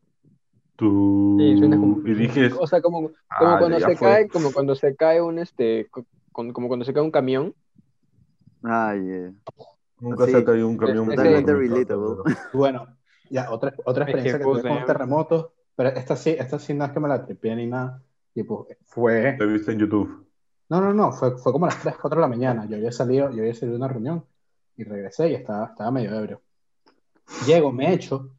Speaker 4: tú
Speaker 3: Sí, suena como-
Speaker 4: Uh, y dices,
Speaker 3: O sea, como, como
Speaker 4: "Ah,
Speaker 3: cuando
Speaker 4: ya
Speaker 3: se
Speaker 4: fue".
Speaker 3: cae, como cuando se cae un este, co- con- como cuando se cae un camión.
Speaker 2: Ay, eh.
Speaker 4: Nunca
Speaker 2: Sí,
Speaker 4: se ha caído un camión
Speaker 3: es-
Speaker 4: pero
Speaker 3: es-
Speaker 4: me
Speaker 2: relatable.
Speaker 4: encanta,
Speaker 1: Y bueno, ya otra, otra
Speaker 3: Es que
Speaker 1: experiencia que tuve
Speaker 3: puta,
Speaker 1: con los
Speaker 3: ya.
Speaker 1: terremotos, pero esta sí, esta sí no es que me la tripié ni nada. Tipo, fue.
Speaker 4: pero Lo viste en YouTube.
Speaker 1: No, no, no, fue, fue como a las 3, 4 de la mañana. Yo había salido, yo había salido de una reunión y regresé y estaba, estaba medio ebrio. Llego, me echo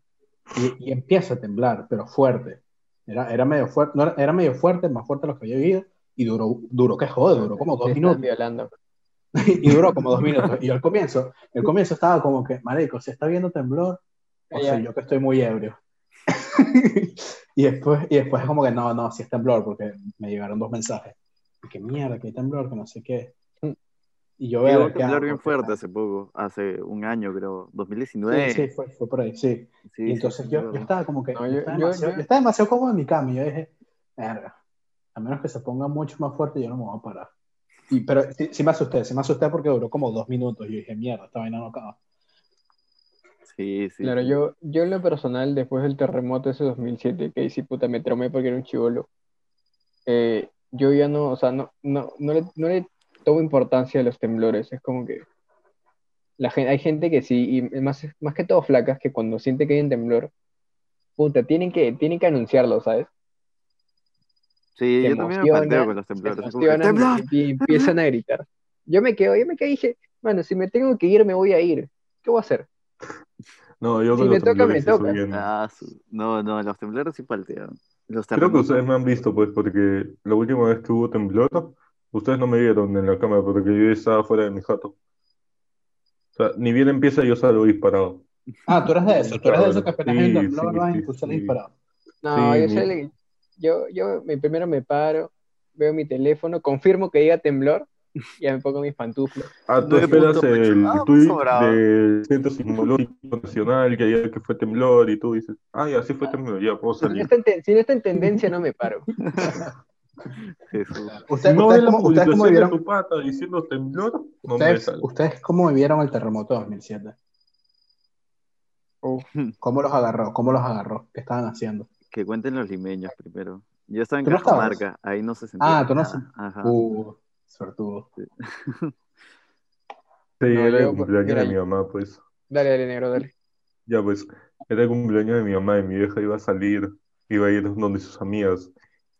Speaker 1: y, y empiezo a temblar, pero fuerte. Era, era, medio fuerte no, era- era medio fuerte, más fuerte de lo que había vivido y duró, duró que jode, duró como dos
Speaker 3: Te están
Speaker 1: minutos.
Speaker 3: violando.
Speaker 1: Y duró como dos minutos. Y al comienzo, el comienzo estaba como que, marico, ¿se está viendo temblor? O sea,
Speaker 3: Ya.
Speaker 1: yo que estoy muy ebrio. y después, y después es como que, no, no, sí es temblor, porque me llegaron dos mensajes. Y que mierda, que hay temblor, que no sé qué. Y yo
Speaker 2: Hubo
Speaker 1: veo
Speaker 2: un
Speaker 1: que... ah,
Speaker 2: temblor bien fuerte hace poco, hace un año creo, 2019.
Speaker 1: Sí, sí, fue, fue por ahí, sí.
Speaker 2: Sí,
Speaker 1: y
Speaker 2: sí,
Speaker 1: entonces
Speaker 2: sí,
Speaker 1: yo,
Speaker 2: me
Speaker 1: yo
Speaker 2: acuerdo.
Speaker 1: estaba como que,
Speaker 3: No,
Speaker 1: yo,
Speaker 3: yo-
Speaker 1: estaba
Speaker 3: yo-
Speaker 1: demasiado,
Speaker 3: yo-
Speaker 1: yo estaba demasiado cómodo en mi cama. Y yo dije, verga, a menos que se ponga mucho más fuerte, yo no me voy a parar. Y, pero sí, sí me asusté, sí me asusté porque duró como dos minutos. Y yo dije, mierda, esta vaina no acaba.
Speaker 2: Sí, sí,
Speaker 3: Claro,
Speaker 2: sí.
Speaker 3: yo, yo en lo personal, después del terremoto ese 2007, que ahí sí puta me traumé porque era un chivolo, eh, yo ya no, o sea, no, no, no, le, no le tomo importancia a los temblores, es como que la gente, hay gente que sí, y más, más que todo flacas, que cuando siente que hay un temblor, puta, tienen que, tienen que anunciarlo, ¿sabes?
Speaker 2: Sí,
Speaker 3: se
Speaker 2: yo también me
Speaker 3: emociona,
Speaker 2: planteo con los
Speaker 3: Se
Speaker 2: temblores. es como que,
Speaker 3: emocionan
Speaker 2: ¡Temblor!
Speaker 3: y, y empiezan a gritar. Yo me quedo, yo me quedo y dije, mano, si me tengo que ir, me voy a ir, ¿qué voy a hacer?
Speaker 4: No, yo
Speaker 3: Si
Speaker 4: con
Speaker 3: me
Speaker 4: los
Speaker 3: toca,
Speaker 4: temblores
Speaker 3: me
Speaker 4: sí
Speaker 3: toca.
Speaker 4: subiendo.
Speaker 2: Ah, su- No, no, los temblores sí paltean. Los
Speaker 4: Creo que
Speaker 2: terremotos-
Speaker 4: ustedes me han visto, pues, porque la última vez que hubo temblor, ustedes no me vieron en la cámara porque yo estaba fuera de mi jato. O sea, ni bien empieza yo salgo disparado.
Speaker 1: Ah, tú eres de eso, tú eres de eso que apenas hay un
Speaker 4: Sí,
Speaker 1: temblor,
Speaker 4: sí,
Speaker 1: vas y
Speaker 4: sí,
Speaker 1: tú sales
Speaker 4: sí.
Speaker 1: disparado.
Speaker 3: No,
Speaker 4: Sí,
Speaker 3: yo,
Speaker 4: mi-
Speaker 3: salí- yo, yo me- primero me paro, veo mi teléfono, confirmo que diga temblor, y ya me pongo mis pantuflas.
Speaker 4: Ah, tú
Speaker 2: Nueve
Speaker 4: esperas
Speaker 2: punto ocho.
Speaker 4: el
Speaker 2: Ah,
Speaker 4: tuit
Speaker 2: sobrado.
Speaker 4: del Centro Sismológico Nacional que ayer que fue temblor y tú dices, ay, así fue temblor, ya puedo
Speaker 3: Si no,
Speaker 4: salir.
Speaker 3: está en, ten- si no está en tendencia, no me paro.
Speaker 2: Jesús.
Speaker 1: Ustedes,
Speaker 4: no
Speaker 1: ustedes
Speaker 4: ves
Speaker 1: cómo, ustedes
Speaker 4: la
Speaker 1: cómo
Speaker 4: publicación de
Speaker 1: vivieron,
Speaker 4: tu pata diciendo temblor, no me
Speaker 1: ustedes,
Speaker 4: salgo.
Speaker 1: ustedes cómo vivieron el terremoto de 2007. Oh.
Speaker 3: Uf.
Speaker 1: ¿Cómo los agarró? ¿Cómo los agarró? ¿Qué estaban haciendo?
Speaker 2: Que cuenten los limeños primero. Yo estaba en
Speaker 1: ¿Tú no estabas?
Speaker 2: Cajamarca, ahí no se sentía
Speaker 1: Ah, tú no
Speaker 2: nada.
Speaker 1: sen-
Speaker 2: Ajá.
Speaker 1: Uh, sortudo.
Speaker 3: No,
Speaker 4: Sí, era el
Speaker 3: yo,
Speaker 4: cumpleaños
Speaker 3: mira,
Speaker 4: de mi mamá, pues.
Speaker 3: Dale, dale, negro, dale.
Speaker 4: Ya, pues, era el cumpleaños de mi mamá y mi vieja iba a salir, iba a ir donde sus amigas.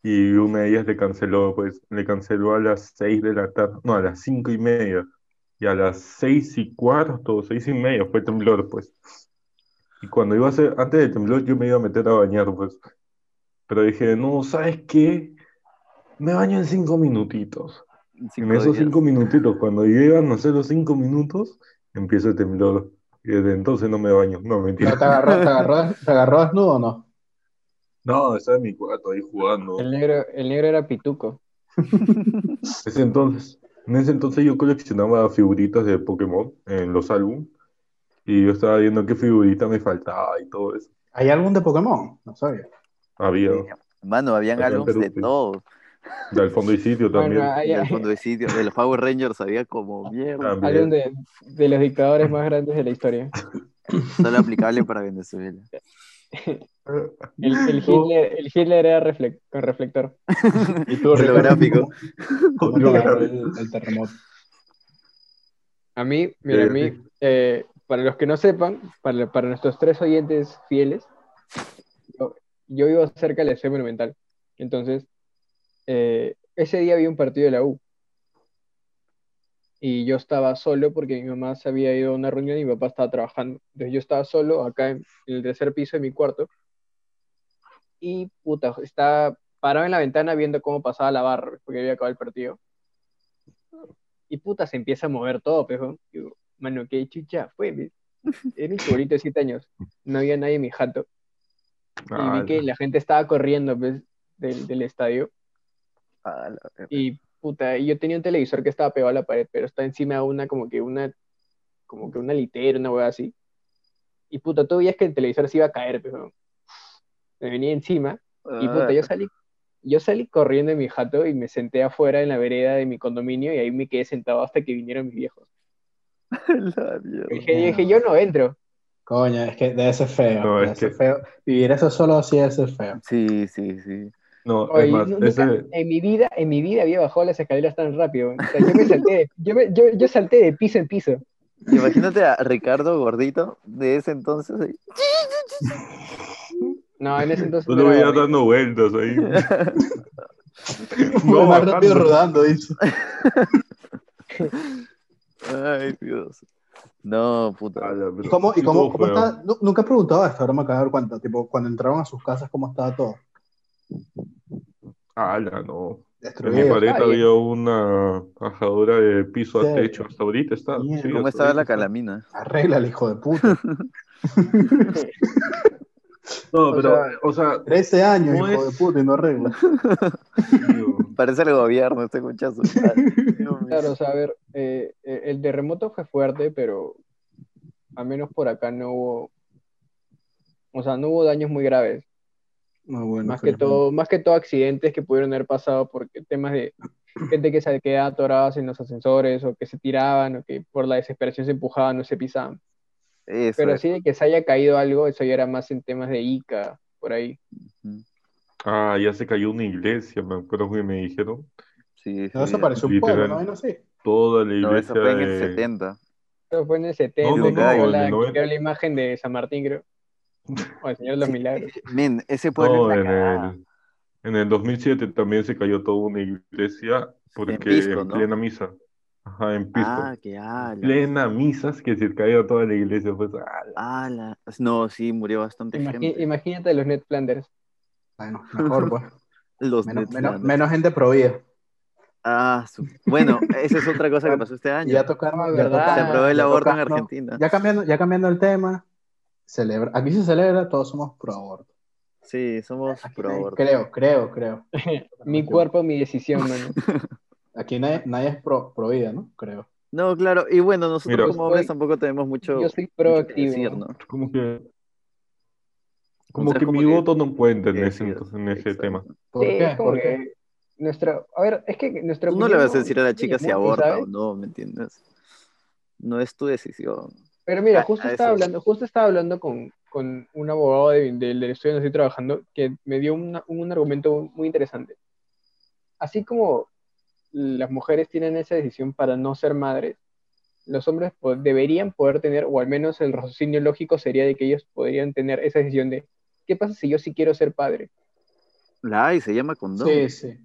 Speaker 4: Y una de ellas le canceló, pues, le canceló a las 6 de la tarde, no, a las cinco y media. Y a las seis y cuarto, seis y media fue el temblor, pues. Y cuando iba a ser, antes del temblor yo me iba a meter a bañar, pues. Pero dije, no, ¿sabes qué? Me baño en cinco minutitos.
Speaker 2: Cinco
Speaker 4: En esos
Speaker 2: días.
Speaker 4: cinco minutitos, cuando llegan a ser los cinco minutos, empieza el temblor. Y desde entonces no me baño, no, mentira.
Speaker 1: Pero te agarró, te agarró, te agarró desnudo o no?
Speaker 4: No, estaba en mi cuarto ahí jugando.
Speaker 3: El negro, el negro era pituco.
Speaker 4: Ese entonces, en ese entonces yo coleccionaba figuritas de Pokémon en los álbumes y yo estaba viendo qué figurita me faltaba y todo eso.
Speaker 1: ¿Hay algún de Pokémon? No sabía.
Speaker 4: Había
Speaker 2: Mano, habían
Speaker 4: Acá en
Speaker 2: álbumes de
Speaker 4: Perú, pues. sí.
Speaker 2: todo.
Speaker 4: de al fondo y sitio también.
Speaker 3: Bueno, ahí-
Speaker 2: Del
Speaker 3: ahí-
Speaker 2: fondo de sitio, de los
Speaker 1: Ah.
Speaker 2: Power Rangers había como mierda.
Speaker 4: También.
Speaker 3: alguien de, de los dictadores más grandes de la historia.
Speaker 2: Solo aplicable para Venezuela.
Speaker 3: El,
Speaker 2: Uh.
Speaker 3: el Hitler, el Hitler era reflec- con reflector.
Speaker 1: Y tú, Ricardo,
Speaker 2: Holográfico.
Speaker 1: ¿cómo- cómo te agarró el, el terremoto?
Speaker 3: A mí, mira, a mí, eh, para los que no sepan, para, para nuestros tres oyentes fieles, yo, yo vivo cerca del Estadio Monumental. Entonces, eh, ese día había un partido de la U. Y yo estaba solo porque mi mamá se había ido a una reunión y mi papá estaba trabajando. Entonces yo estaba solo acá en, en el tercer piso de mi cuarto. Y puta, estaba parado en la ventana viendo cómo pasaba la barra, porque había acabado el partido y puta, se empieza a mover todo, pejo. Digo, mano, qué chucha fue, ve? Era un chibolito de 7 años, no había nadie en mi jato. Y
Speaker 4: Ah,
Speaker 3: vi que la gente estaba corriendo, pues, del, del estadio.
Speaker 2: Ah, la verga.
Speaker 3: Y puta, y yo tenía un televisor que estaba pegado a la pared, pero está encima de una, como que una, como que una litera, una hueá así. Y puta, tú veías que el televisor se iba a caer, pejo. Me venía encima.
Speaker 2: Ah,
Speaker 3: Y puta, yo salí, yo salí corriendo de mi jato y me senté afuera en la vereda de mi condominio y ahí me quedé sentado hasta que vinieron mis viejos.
Speaker 2: La mierda.
Speaker 3: Dije, dije, yo no entro.
Speaker 1: Coño, es que debe ser feo.
Speaker 4: No,
Speaker 1: debe
Speaker 4: es
Speaker 1: ser
Speaker 4: que-
Speaker 1: feo. Vivir eso solo así debe ser feo.
Speaker 2: Sí, sí, sí.
Speaker 4: No,
Speaker 3: Oye,
Speaker 4: es más,
Speaker 3: nunca-
Speaker 4: ese,
Speaker 3: En mi vida, en mi vida había bajado las escaleras tan rápido. O sea, yo me salté, de- yo, me- yo, yo salté de piso en piso.
Speaker 2: Imagínate a Ricardo gordito de ese entonces. ahí.
Speaker 3: No, en ese entonces.
Speaker 4: tú
Speaker 3: no
Speaker 4: lo
Speaker 3: era
Speaker 4: veías
Speaker 3: gordito.
Speaker 4: dando vueltas ahí.
Speaker 1: Lo más rápido
Speaker 4: bajando.
Speaker 1: rodando, dice.
Speaker 2: Ay, Dios. No, puta.
Speaker 4: Ala, Ah, pero
Speaker 1: ¿Y cómo, y
Speaker 4: sí
Speaker 1: cómo,
Speaker 4: estuvo
Speaker 1: cómo
Speaker 4: feo.
Speaker 1: está? Nu- Nunca he preguntado esto, ahora me acabo de dar cuenta. Tipo, cuando entraron a sus casas, ¿cómo estaba todo?
Speaker 4: Ala, Ah, no. En mi
Speaker 1: Destruido.
Speaker 4: pared
Speaker 3: está bien.
Speaker 4: había una ajadura de piso
Speaker 1: Sí.
Speaker 4: a techo. Hasta ahorita está.
Speaker 1: Mierda,
Speaker 4: sí,
Speaker 2: ¿Cómo
Speaker 4: hasta
Speaker 2: estaba la
Speaker 4: ahorita está.
Speaker 2: calamina?
Speaker 1: Arréglale, hijo de puta.
Speaker 4: No,
Speaker 3: O
Speaker 4: pero, o sea,
Speaker 1: 13 años,
Speaker 4: No
Speaker 1: hijo
Speaker 4: es-
Speaker 1: de puta, y no arregla.
Speaker 4: tío,
Speaker 2: Parece el gobierno, este conchazo. Ay, Dios mío.
Speaker 3: Claro, o sea, a ver, eh, eh, el terremoto fue fuerte, pero al menos por acá no hubo. O sea, no hubo daños muy graves.
Speaker 1: No, bueno,
Speaker 3: más que
Speaker 1: felizmente.
Speaker 3: todo, más que todo accidentes que pudieron haber pasado por temas de gente que se quedaba atoradas en los ascensores o que se tiraban o que por la desesperación se empujaban o se pisaban.
Speaker 2: Eso
Speaker 3: Pero
Speaker 2: es.
Speaker 3: sí de que se haya caído algo, eso ya era más en temas de Ica, por ahí.
Speaker 4: Ah, ya se cayó una iglesia, me acuerdo que me dijeron.
Speaker 2: Sí,
Speaker 1: No
Speaker 2: sí.
Speaker 1: desapareció un pueblo,
Speaker 4: Literal.
Speaker 1: ¿no? Vaina así.
Speaker 4: Toda la
Speaker 2: No,
Speaker 4: iglesia
Speaker 2: eso fue en el
Speaker 4: de-
Speaker 2: 70.
Speaker 3: Eso fue en el 70,
Speaker 2: No, no,
Speaker 3: que
Speaker 2: no,
Speaker 3: quedó
Speaker 2: en
Speaker 3: la,
Speaker 4: el
Speaker 3: que
Speaker 4: 90.
Speaker 3: quedó la imagen de San Martín, creo. O el Señor de los Milagros.
Speaker 2: Men, ese pueblo
Speaker 4: No,
Speaker 2: es la
Speaker 4: en
Speaker 2: cagada.
Speaker 4: el, en el 2007 también se cayó toda una iglesia porque
Speaker 2: Pisco,
Speaker 4: en
Speaker 2: ¿no?
Speaker 4: plena misa. Ajá, en Pisco.
Speaker 2: Ah, qué ala.
Speaker 4: plena misas que se cayó toda la iglesia. Pues, ala.
Speaker 2: Ala. No, sí, murió bastante
Speaker 3: Imagi-
Speaker 2: gente.
Speaker 3: imagínate los Ned Flanders.
Speaker 1: Bueno, mejor, pues.
Speaker 2: Los
Speaker 1: Menos,
Speaker 2: Netflix.
Speaker 1: menos, menos gente prohibida.
Speaker 2: Ah, su- bueno, esa es otra cosa que pasó este
Speaker 1: Y
Speaker 2: año.
Speaker 1: ya tocaron,
Speaker 3: Ah,
Speaker 1: ya
Speaker 3: ¿verdad?
Speaker 1: tocaron-
Speaker 2: Se aprobó el
Speaker 1: ya
Speaker 2: aborto en
Speaker 1: tocaron-
Speaker 2: Argentina.
Speaker 1: Ya cambiando, ya cambiando el tema, celebra, aquí se celebra, todos somos pro aborto.
Speaker 2: Sí, somos
Speaker 1: Aquí
Speaker 2: pro
Speaker 1: nadie-
Speaker 2: aborto.
Speaker 1: creo, creo, creo.
Speaker 3: Mi cuerpo, mi decisión, mano.
Speaker 1: Aquí nadie, nadie es pro, pro vida, ¿no? Creo.
Speaker 2: No, claro, y bueno, nosotros
Speaker 4: Mira.
Speaker 2: como hombres
Speaker 3: Yo soy-
Speaker 2: tampoco tenemos mucho,
Speaker 3: Yo soy
Speaker 2: mucho que
Speaker 3: proactivo.
Speaker 2: decir, ¿no?
Speaker 4: Como que, como
Speaker 2: sea,
Speaker 4: que
Speaker 2: como
Speaker 4: mi
Speaker 2: que-
Speaker 4: voto no cuenta en
Speaker 2: Que
Speaker 4: ese,
Speaker 2: decir,
Speaker 4: entonces, en ese
Speaker 2: exacto.
Speaker 4: tema.
Speaker 1: ¿Por
Speaker 3: Sí,
Speaker 1: qué?
Speaker 3: es como
Speaker 1: ¿Por qué?
Speaker 3: que nuestro- a ver, es que nuestro
Speaker 2: Tú no le vas a decir a la chica si aborta o
Speaker 3: ¿sabes?
Speaker 2: no, ¿me entiendes? No es tu decisión.
Speaker 3: Pero mira,
Speaker 2: A-
Speaker 3: justo
Speaker 2: a
Speaker 3: estaba
Speaker 2: eso.
Speaker 3: hablando, justo estaba hablando con, con un abogado de- del del estudio donde estoy trabajando que me dio una- un argumento muy interesante. Así como las mujeres tienen esa decisión para no ser madres, los hombres po- deberían poder tener, o al menos el raciocinio lógico sería de que ellos podrían tener esa decisión de, ¿qué pasa si yo sí quiero ser padre?
Speaker 2: La ay, se llama condón.
Speaker 1: Sí, sí.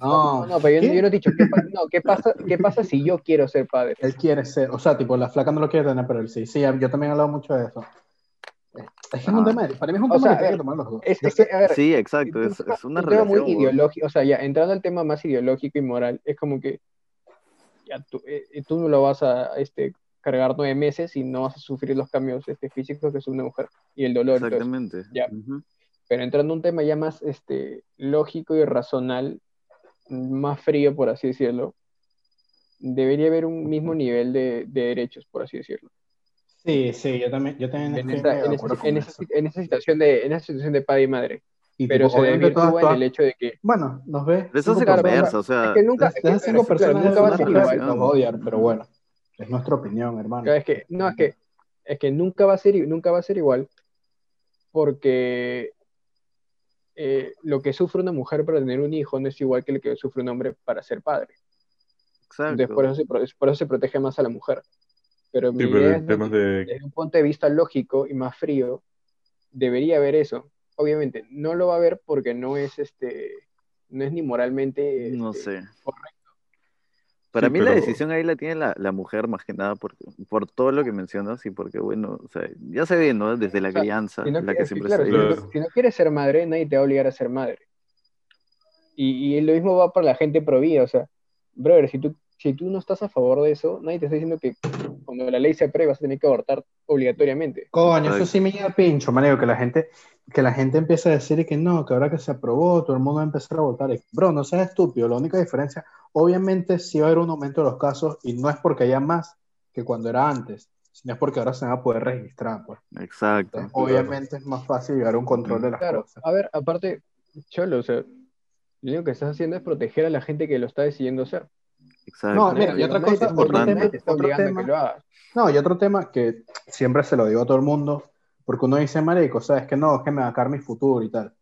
Speaker 1: No,
Speaker 3: No, no, pero yo,
Speaker 1: ¿qué?
Speaker 3: yo no he dicho, ¿qué, pa- no, ¿qué, pasa, ¿qué pasa si yo quiero ser padre?
Speaker 1: Él quiere ser, o sea, tipo, la flaca no lo quiere tener, pero él sí. Sí, yo también he hablado mucho de eso. Es- Es que es un
Speaker 2: Ah.
Speaker 1: tema, de- para mí es un
Speaker 3: O
Speaker 1: tema
Speaker 3: sea,
Speaker 1: que tienen
Speaker 3: a
Speaker 1: que tomar los dos.
Speaker 3: Es,
Speaker 1: Yo
Speaker 3: es
Speaker 1: sé-
Speaker 3: que, Este, a ver,
Speaker 2: Sí, exacto,
Speaker 3: un
Speaker 2: es,
Speaker 3: tema-
Speaker 2: es una
Speaker 3: un tema muy
Speaker 2: relación. weón.
Speaker 3: ideológico, o sea, ya entrando al tema más ideológico y moral, es como que ya tú, eh, tú no lo vas a este, cargar nueve meses y no vas a sufrir los cambios este, físicos que sufre una mujer y el dolor. y todo eso.
Speaker 2: Exactamente.
Speaker 3: Ya.
Speaker 2: Ujú.
Speaker 3: Pero entrando a un tema ya más este, lógico y razonal, más frío, por así decirlo, debería haber un mismo nivel de, de derechos, por así decirlo.
Speaker 1: Sí, sí, yo también, yo también
Speaker 3: En
Speaker 1: estoy
Speaker 3: esa,
Speaker 1: medio
Speaker 3: en
Speaker 1: de
Speaker 3: esa-
Speaker 1: acuerdo con
Speaker 3: en esa-
Speaker 1: eso.
Speaker 3: en esa situación de, en esa situación de padre y madre.
Speaker 1: Y
Speaker 3: Pero
Speaker 1: tipo,
Speaker 3: se
Speaker 1: obviamente todas-
Speaker 3: desvirtúa en
Speaker 1: todas-
Speaker 3: el hecho de que
Speaker 1: Bueno, nos ves.
Speaker 2: Pero eso se
Speaker 3: Claro,
Speaker 2: conversa,
Speaker 3: claro.
Speaker 2: o sea,
Speaker 3: Es que nunca,
Speaker 1: Las,
Speaker 3: es que,
Speaker 1: las cinco
Speaker 3: claro, claro,
Speaker 1: personas
Speaker 3: nunca va a
Speaker 2: una
Speaker 3: ser
Speaker 1: deben
Speaker 3: igual.
Speaker 1: nos
Speaker 2: relación.
Speaker 1: odiar, pero bueno, es nuestra opinión, hermano.
Speaker 3: Claro, es que, no, es que es que nunca va a ser, nunca va a ser igual porque eh, lo que sufre una mujer para tener un hijo no es igual que lo que sufre un hombre para ser padre.
Speaker 2: Exacto.
Speaker 3: Entonces, por eso, se, pro- por eso se protege más a la mujer. Pero, mi
Speaker 4: Sí, pero
Speaker 3: idea
Speaker 4: en
Speaker 3: es
Speaker 4: temas de...
Speaker 3: desde un punto de vista lógico y más frío, debería haber eso. Obviamente, no lo va a haber porque no es este, no es ni moralmente.
Speaker 2: No
Speaker 3: este,
Speaker 2: sé.
Speaker 3: correcto.
Speaker 2: Para
Speaker 4: Sí,
Speaker 2: mí la
Speaker 4: pero-
Speaker 2: decisión ahí la tiene la, la mujer más que nada por, por todo lo que mencionas y porque, bueno, o sea, ya se ve, ¿no? Desde la
Speaker 3: O sea,
Speaker 2: crianza,
Speaker 3: Si no,
Speaker 2: la
Speaker 3: es
Speaker 2: que
Speaker 3: que,
Speaker 2: siempre
Speaker 3: claro,
Speaker 2: se
Speaker 3: si,
Speaker 2: ve.
Speaker 4: Claro.
Speaker 3: no, si no quieres ser madre, nadie te va a obligar a ser madre. Y, y lo mismo va para la gente pro vida, o sea, brother, si tú, si tú no estás a favor de eso, nadie te está diciendo que cuando la ley se apruebe vas a tener que abortar obligatoriamente.
Speaker 1: Coño, eso
Speaker 2: Ay.
Speaker 1: sí me llega pincho, marico, que la gente, que la gente empieza a decir que no, que ahora que se aprobó, todo el mundo va a empezar a votar. Y, Bro, no seas estúpido, la única diferencia, obviamente sí va a haber un aumento de los casos y no es porque haya más que cuando era antes, sino es porque ahora se va a poder registrar, pues.
Speaker 2: Exacto.
Speaker 1: Entonces, obviamente es más fácil llegar a un control de las
Speaker 3: Claro,
Speaker 1: cosas.
Speaker 3: a ver, aparte, cholo, o sea, lo único que estás haciendo es proteger a la gente que lo está decidiendo hacer.
Speaker 2: Exacto.
Speaker 1: No, mira,
Speaker 3: Nadie-
Speaker 1: y otra
Speaker 3: nadie te
Speaker 1: cosa,
Speaker 3: está
Speaker 2: otro
Speaker 3: obligando-
Speaker 2: tema,
Speaker 3: nadie te está
Speaker 1: otro
Speaker 3: obligando a
Speaker 1: tema.
Speaker 3: que lo hagas.
Speaker 1: No, y otro tema que siempre se lo digo a todo el mundo, porque uno dice, marico, sabes que no, es que me va a caer mi futuro y tal.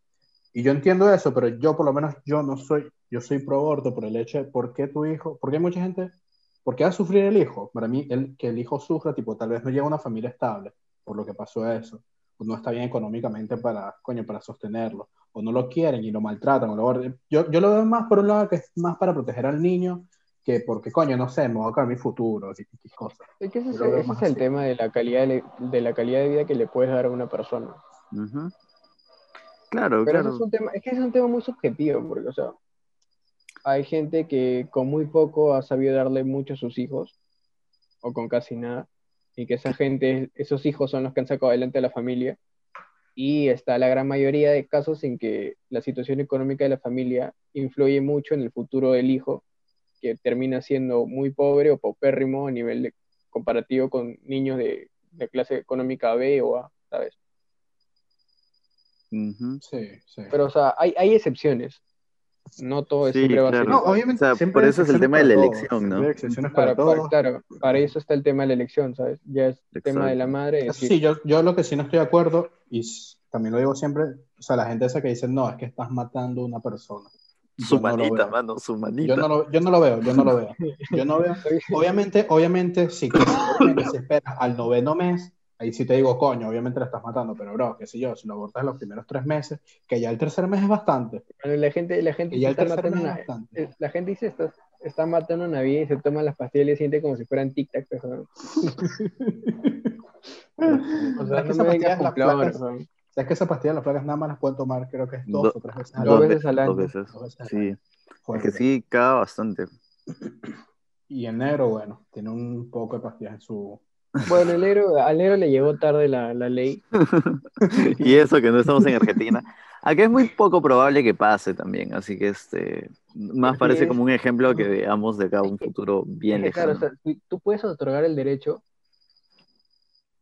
Speaker 1: Y yo entiendo eso, pero yo por lo menos, yo no soy, yo soy pro aborto por el hecho de por qué tu hijo, porque hay mucha gente, ¿por qué va a sufrir el hijo? Para mí, el, que el hijo sufra, tipo, tal vez no llega a una familia estable, por lo que pasó a eso, o no está bien económicamente para, coño, para sostenerlo, o no lo quieren y lo maltratan, o lo abordan. yo, yo lo veo más por un lado que es más para proteger al niño, que porque, coño, no sé, me va a caer mi futuro, y, y cosas.
Speaker 3: Es que ese, es-
Speaker 1: Yo lo veo
Speaker 3: ese
Speaker 1: más
Speaker 3: es el
Speaker 1: así.
Speaker 3: tema de la, calidad de, le- de la calidad de vida que le puedes dar a una persona.
Speaker 2: Ujú. Claro,
Speaker 3: Pero
Speaker 2: claro.
Speaker 3: eso es un tema, es que ese es un tema muy subjetivo, porque, o sea, hay gente que con muy poco ha sabido darle mucho a sus hijos, o con casi nada, y que esa gente, esos hijos son los que han sacado adelante a la familia, y está la gran mayoría de casos en que la situación económica de la familia influye mucho en el futuro del hijo, que termina siendo muy pobre o paupérrimo a nivel de- comparativo con niños de, de clase económica B o A, ¿sabes?
Speaker 2: Ujú.
Speaker 1: Sí, sí.
Speaker 3: Pero, o sea, hay, hay excepciones. No todo es
Speaker 2: Sí,
Speaker 3: siempre va a
Speaker 2: claro.
Speaker 3: ser
Speaker 1: No,
Speaker 3: igual.
Speaker 1: obviamente.
Speaker 2: O sea,
Speaker 1: siempre
Speaker 2: por
Speaker 1: hay
Speaker 2: eso es el
Speaker 1: excepciones
Speaker 2: tema de
Speaker 1: para
Speaker 2: la
Speaker 1: todos,
Speaker 2: elección,
Speaker 1: siempre
Speaker 2: ¿no?
Speaker 1: hay excepciones para
Speaker 3: Claro, pa-
Speaker 1: todos.
Speaker 3: claro, para eso está el tema de la elección, ¿sabes? Ya es tema de la
Speaker 2: Exacto.
Speaker 3: madre.
Speaker 1: Eso
Speaker 3: decir,
Speaker 1: sí, yo, yo lo que sí no estoy de acuerdo, y s- también lo digo siempre, o sea, la gente esa que dice, no, es que estás matando a una persona.
Speaker 2: Su
Speaker 1: Yo no lo
Speaker 2: manita,
Speaker 1: veo.
Speaker 2: mano, su manita.
Speaker 1: Yo no, lo, yo no lo veo, yo no lo veo. Yo no veo.
Speaker 3: estoy-
Speaker 1: Obviamente, obviamente, sí, que- obviamente, si esperas al noveno mes, ahí sí te digo, coño, obviamente la estás matando, pero bro, qué sé yo, si lo abortas los primeros tres meses, que ya el tercer mes es bastante,
Speaker 3: bueno, la gente, la gente
Speaker 1: que ya el
Speaker 3: está
Speaker 1: tercer
Speaker 3: matando
Speaker 1: mes es
Speaker 3: una,
Speaker 1: bastante.
Speaker 3: eh, la gente dice está, está matando una vida y se toman las pastillas y le siente como si fueran pues, tic tac, O sea,
Speaker 1: Es que
Speaker 3: no
Speaker 1: esa pastilla
Speaker 3: me vengas
Speaker 1: es la
Speaker 3: con
Speaker 1: placa-
Speaker 3: flores, weón.
Speaker 1: O sea, es que esas pastillas las plagas nada más las pueden tomar, creo que es dos
Speaker 2: Do-
Speaker 1: o tres veces al
Speaker 2: Dos
Speaker 3: Dos
Speaker 1: año.
Speaker 3: veces
Speaker 2: ve-
Speaker 3: al
Speaker 2: dos
Speaker 3: año.
Speaker 2: veces.
Speaker 1: Dos veces al
Speaker 2: Sí.
Speaker 1: año.
Speaker 2: Es que
Speaker 1: Fuerte.
Speaker 2: sí, cada bastante.
Speaker 1: Y el negro, bueno, tiene un poco de pastillas en su.
Speaker 3: Bueno, el negro, al negro le llegó tarde la, la ley.
Speaker 2: Y eso que no estamos en Argentina. Acá es muy poco probable que pase también, así que este más
Speaker 3: Sí,
Speaker 2: parece
Speaker 3: es-
Speaker 2: como un ejemplo que
Speaker 3: no.
Speaker 2: veamos de acá
Speaker 3: Es
Speaker 2: un
Speaker 3: que-
Speaker 2: futuro bien
Speaker 3: Es que, claro, o
Speaker 2: lejano.
Speaker 3: sea, tú, tú puedes otorgar el derecho,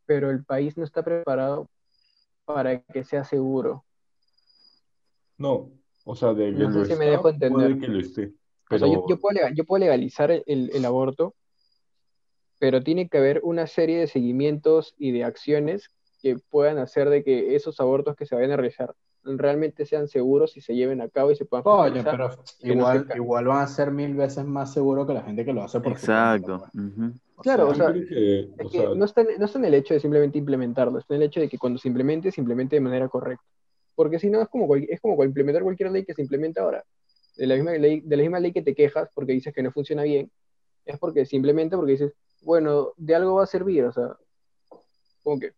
Speaker 3: pero el país no está preparado para que sea seguro.
Speaker 4: No, o sea, de que
Speaker 3: No sé
Speaker 4: lo
Speaker 3: si me
Speaker 4: está,
Speaker 3: dejo entender.
Speaker 4: puede que lo esté,
Speaker 3: O sea, yo, yo
Speaker 4: pero
Speaker 3: puedo, lega- yo puedo legalizar el, el aborto, pero tiene que haber una serie de seguimientos y de acciones que puedan hacer de que esos abortos que se vayan a realizar realmente sean seguros y se lleven a cabo y se puedan
Speaker 1: Coño,
Speaker 3: fiscalizar.
Speaker 1: pero
Speaker 3: que no
Speaker 1: igual,
Speaker 3: seca.
Speaker 1: igual van a ser mil veces más seguro que la gente que lo hace por su cuenta,
Speaker 2: Exacto.
Speaker 1: pues.
Speaker 2: Ujú.
Speaker 1: O
Speaker 3: Claro,
Speaker 1: sea,
Speaker 3: o sea,
Speaker 4: yo creo que,
Speaker 3: Es
Speaker 4: o
Speaker 3: que
Speaker 4: sea,
Speaker 3: no está, en, no está en el hecho de simplemente implementarlo, está en el hecho de que cuando se implemente, se implemente de manera correcta. Porque si no, es como, cual- es como cual- implementar cualquier ley que se implementa ahora. De la, misma ley, de la misma ley que te quejas porque dices que no funciona bien, es porque simplemente porque dices, bueno, de algo va a servir, o sea, como que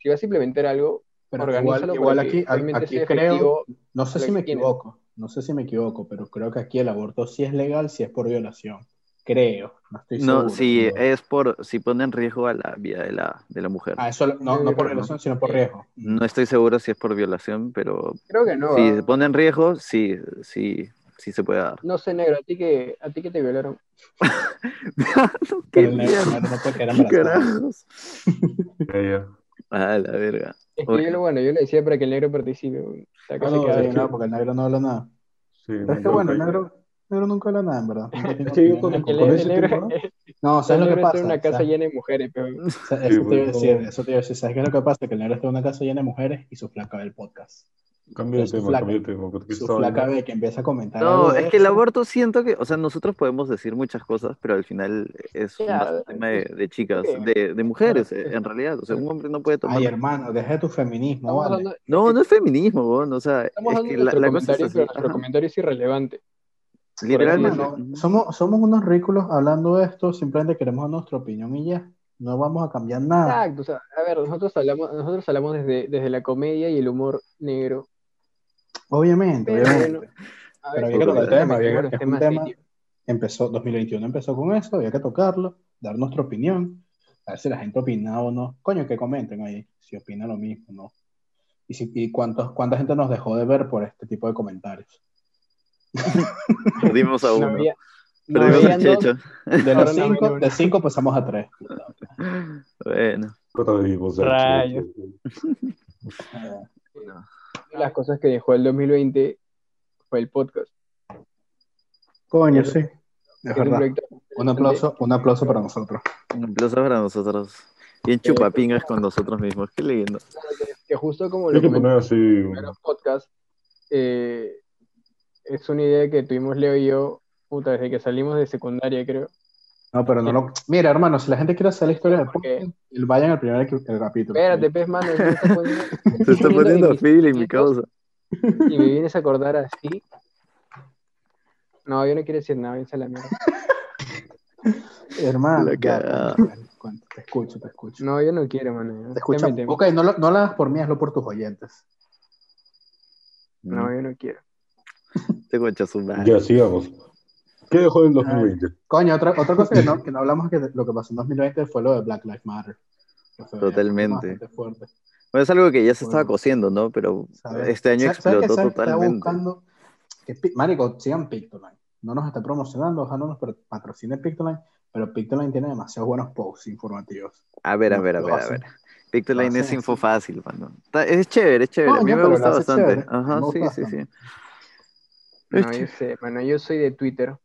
Speaker 3: si vas a implementar algo,
Speaker 1: pero igual,
Speaker 3: organízalo
Speaker 1: igual
Speaker 3: para que
Speaker 1: aquí,
Speaker 3: realmente
Speaker 1: aquí
Speaker 3: sea
Speaker 1: creo,
Speaker 3: efectivo.
Speaker 1: no sé
Speaker 3: lo
Speaker 1: si
Speaker 3: que
Speaker 1: me
Speaker 3: tiene.
Speaker 1: equivoco, no sé si me equivoco, pero creo que aquí el aborto sí es legal si es por violación. Creo, no estoy
Speaker 2: No, eh,
Speaker 1: seguro.
Speaker 2: si
Speaker 1: pero-
Speaker 2: es por si pone en riesgo a la vida de la, de la mujer.
Speaker 1: Ah, eso no, no por violación, sino por riesgo.
Speaker 2: No estoy seguro si es por violación, pero
Speaker 3: Creo que no.
Speaker 2: si
Speaker 3: ah.
Speaker 2: se
Speaker 4: pues.
Speaker 2: pone en riesgo, sí, sí, sí se puede dar.
Speaker 3: No sé, negro, a ti que, a ti que te violaron.
Speaker 1: Pero
Speaker 2: ¡Qué
Speaker 1: el
Speaker 2: mierda!
Speaker 1: negro no puede quedar
Speaker 2: ¿Qué
Speaker 1: embarazado.
Speaker 2: carajos?
Speaker 4: ya, ya.
Speaker 2: A Ah, la verga.
Speaker 3: Es que
Speaker 2: Bueno.
Speaker 3: yo, lo- bueno, yo le decía para que el negro participe. o sea, que
Speaker 1: Ah,
Speaker 3: se
Speaker 1: no,
Speaker 3: queda-
Speaker 1: sí, no, porque el negro no habla nada.
Speaker 4: sí,
Speaker 1: Pero es que
Speaker 4: no,
Speaker 1: bueno, el
Speaker 4: pero-
Speaker 1: negro, negro nunca habla nada, en verdad. Nunca tiene
Speaker 4: Es que yo
Speaker 1: opinión.
Speaker 4: con-
Speaker 3: El,
Speaker 4: con
Speaker 3: el-
Speaker 4: ese
Speaker 3: el-
Speaker 4: tema-
Speaker 3: el-
Speaker 1: No,
Speaker 3: el
Speaker 1: ¿sabes lo
Speaker 3: eh, negro
Speaker 1: que
Speaker 3: está
Speaker 1: pasa?
Speaker 3: en una casa
Speaker 1: ¿Sabes?
Speaker 3: llena de mujeres, pero
Speaker 1: O sea,
Speaker 4: Sí,
Speaker 1: eso te iba a
Speaker 4: bueno.
Speaker 1: decir, eso te iba a decir. ¿Sabes qué es lo que pasa? Que el negro está en una casa llena de mujeres y su flaca ve el podcast.
Speaker 4: Cambio de
Speaker 1: Su
Speaker 4: tema,
Speaker 1: flaca.
Speaker 4: cambio de tema. Porque
Speaker 1: Su
Speaker 4: estaba
Speaker 1: flaca
Speaker 4: hablando-
Speaker 1: ve que empieza a comentar. algo
Speaker 2: No,
Speaker 1: de
Speaker 2: es que el
Speaker 1: eso.
Speaker 2: aborto siento que, o sea, nosotros podemos decir muchas cosas, pero al final es
Speaker 3: Ya,
Speaker 2: más un tema de, de chicas,
Speaker 3: sí.
Speaker 2: de, de mujeres,
Speaker 3: Pero-
Speaker 2: eh, en realidad. O sea, un hombre no puede tomar.
Speaker 1: Ay, hermano, deja tu feminismo,
Speaker 3: estamos
Speaker 1: vale.
Speaker 3: hablando,
Speaker 2: No, no es feminismo, weón, o sea,
Speaker 3: estamos
Speaker 2: es
Speaker 3: hablando
Speaker 2: que
Speaker 3: de
Speaker 2: la,
Speaker 3: nuestro
Speaker 2: la cosa es
Speaker 3: comentario,
Speaker 2: así.
Speaker 3: pero nuestro
Speaker 2: ajá,
Speaker 3: comentario es irrelevante.
Speaker 2: literalmente.
Speaker 1: Hermano,
Speaker 2: Ujú.
Speaker 1: somos, somos unos ridículos hablando de esto, simplemente queremos nuestra opinión y ya. No vamos a cambiar nada.
Speaker 3: Exacto, o sea, a ver, nosotros hablamos, nosotros hablamos desde, desde la comedia y el humor negro.
Speaker 1: Obviamente,
Speaker 3: Pero
Speaker 1: obviamente.
Speaker 3: bueno, a
Speaker 1: Pero
Speaker 3: ver,
Speaker 1: había que tocar el
Speaker 2: Obviamente,
Speaker 1: tema, había que-
Speaker 3: metemos los
Speaker 1: es un
Speaker 3: temas
Speaker 1: tema.
Speaker 3: serios.
Speaker 1: Empezó, 2021 empezó con eso, había que tocarlo, dar nuestra opinión, a ver si la gente opinaba o no. Coño, que comenten ahí, si opina lo mismo o no. Y, si, y cuántos, cuánta gente nos dejó de ver por este tipo de comentarios.
Speaker 2: Perdimos a
Speaker 3: No
Speaker 2: uno.
Speaker 3: había- no
Speaker 2: Perdimos
Speaker 3: habían
Speaker 2: al
Speaker 3: dos,
Speaker 2: Checho.
Speaker 1: De
Speaker 3: Ahora
Speaker 1: los
Speaker 3: no
Speaker 1: cinco,
Speaker 3: veo
Speaker 1: de cinco pasamos a tres. Puta,
Speaker 2: Bueno,
Speaker 4: Rodrigo Sánchez.
Speaker 3: Rayos.
Speaker 1: eh,
Speaker 3: de las cosas que dejó el 2020 fue el podcast.
Speaker 1: Coño, sí. Es
Speaker 3: que es un
Speaker 1: verdad.
Speaker 3: proyecto
Speaker 1: Un aplauso, un aplauso para nosotros.
Speaker 2: un aplauso para nosotros. Bien chupapingas con nosotros mismos. Qué lindo.
Speaker 3: que justo como
Speaker 4: Hay
Speaker 3: lo
Speaker 4: que poner
Speaker 3: comentamos
Speaker 4: así.
Speaker 3: en el primer podcast, eh, es una idea que tuvimos Leo y yo, puta, desde que salimos de secundaria, creo.
Speaker 1: No, pero no lo. Mira, hermano, si la gente quiere hacer la historia del
Speaker 3: Porque-
Speaker 1: podcast, el- vayan al primer equi- el capítulo.
Speaker 3: Espérate, pez, mano, se está poniendo,
Speaker 2: Se está poniendo
Speaker 3: difícil.
Speaker 2: feeling, mi causa.
Speaker 3: y me vienes a acordar así. No, yo no quiero decir nada, vienes a la mierda.
Speaker 1: Hermano,
Speaker 2: La
Speaker 1: ya,
Speaker 2: cagada.
Speaker 1: cuenta, cuenta, te escucho, te escucho.
Speaker 3: No, yo no quiero, mano.
Speaker 1: Te escuchamos.
Speaker 3: Méteme.
Speaker 1: Ok, no lo, no lo hagas por mí, hazlo por tus oyentes.
Speaker 3: No, yo no quiero.
Speaker 2: Te conchas un
Speaker 4: Ya, sigamos. ¿Qué dejó el 2020?
Speaker 1: Coño, otra, otra cosa que no, que no hablamos que lo que pasó en 2020 fue lo de Black Lives Matter. que fue
Speaker 2: Totalmente.
Speaker 1: bastante fuerte,
Speaker 2: Bueno, es algo que ya se estaba
Speaker 1: Bueno.
Speaker 2: cociendo, ¿no? Pero
Speaker 1: ¿sabes?
Speaker 2: este año
Speaker 1: ¿Sabes- sabes
Speaker 2: explotó
Speaker 1: qué? ¿Sabes qué Estaba
Speaker 2: totalmente.
Speaker 1: buscando que Pi- Marico, sigan Pictoline. No nos está promocionando, ojalá no nos pro- patrocine Pictoline, pero Pictoline tiene demasiados buenos posts informativos.
Speaker 2: A ver, a
Speaker 1: Lo-
Speaker 2: ver, a
Speaker 1: lo
Speaker 2: ver, a
Speaker 1: hacen.
Speaker 2: ver. Pictoline
Speaker 1: Lo
Speaker 2: es
Speaker 1: hacen
Speaker 2: info
Speaker 1: así.
Speaker 2: fácil, mano. Está- Es chévere, es chévere. A mí
Speaker 1: Coño,
Speaker 2: me
Speaker 1: pero lo
Speaker 2: gusta
Speaker 1: hace
Speaker 2: bastante.
Speaker 1: chévere.
Speaker 2: Ajá,
Speaker 1: Me
Speaker 2: sí,
Speaker 1: gusta
Speaker 2: sí, sí. Es
Speaker 3: No, yo
Speaker 2: chévere.
Speaker 3: sé, mano, yo soy de Twitter.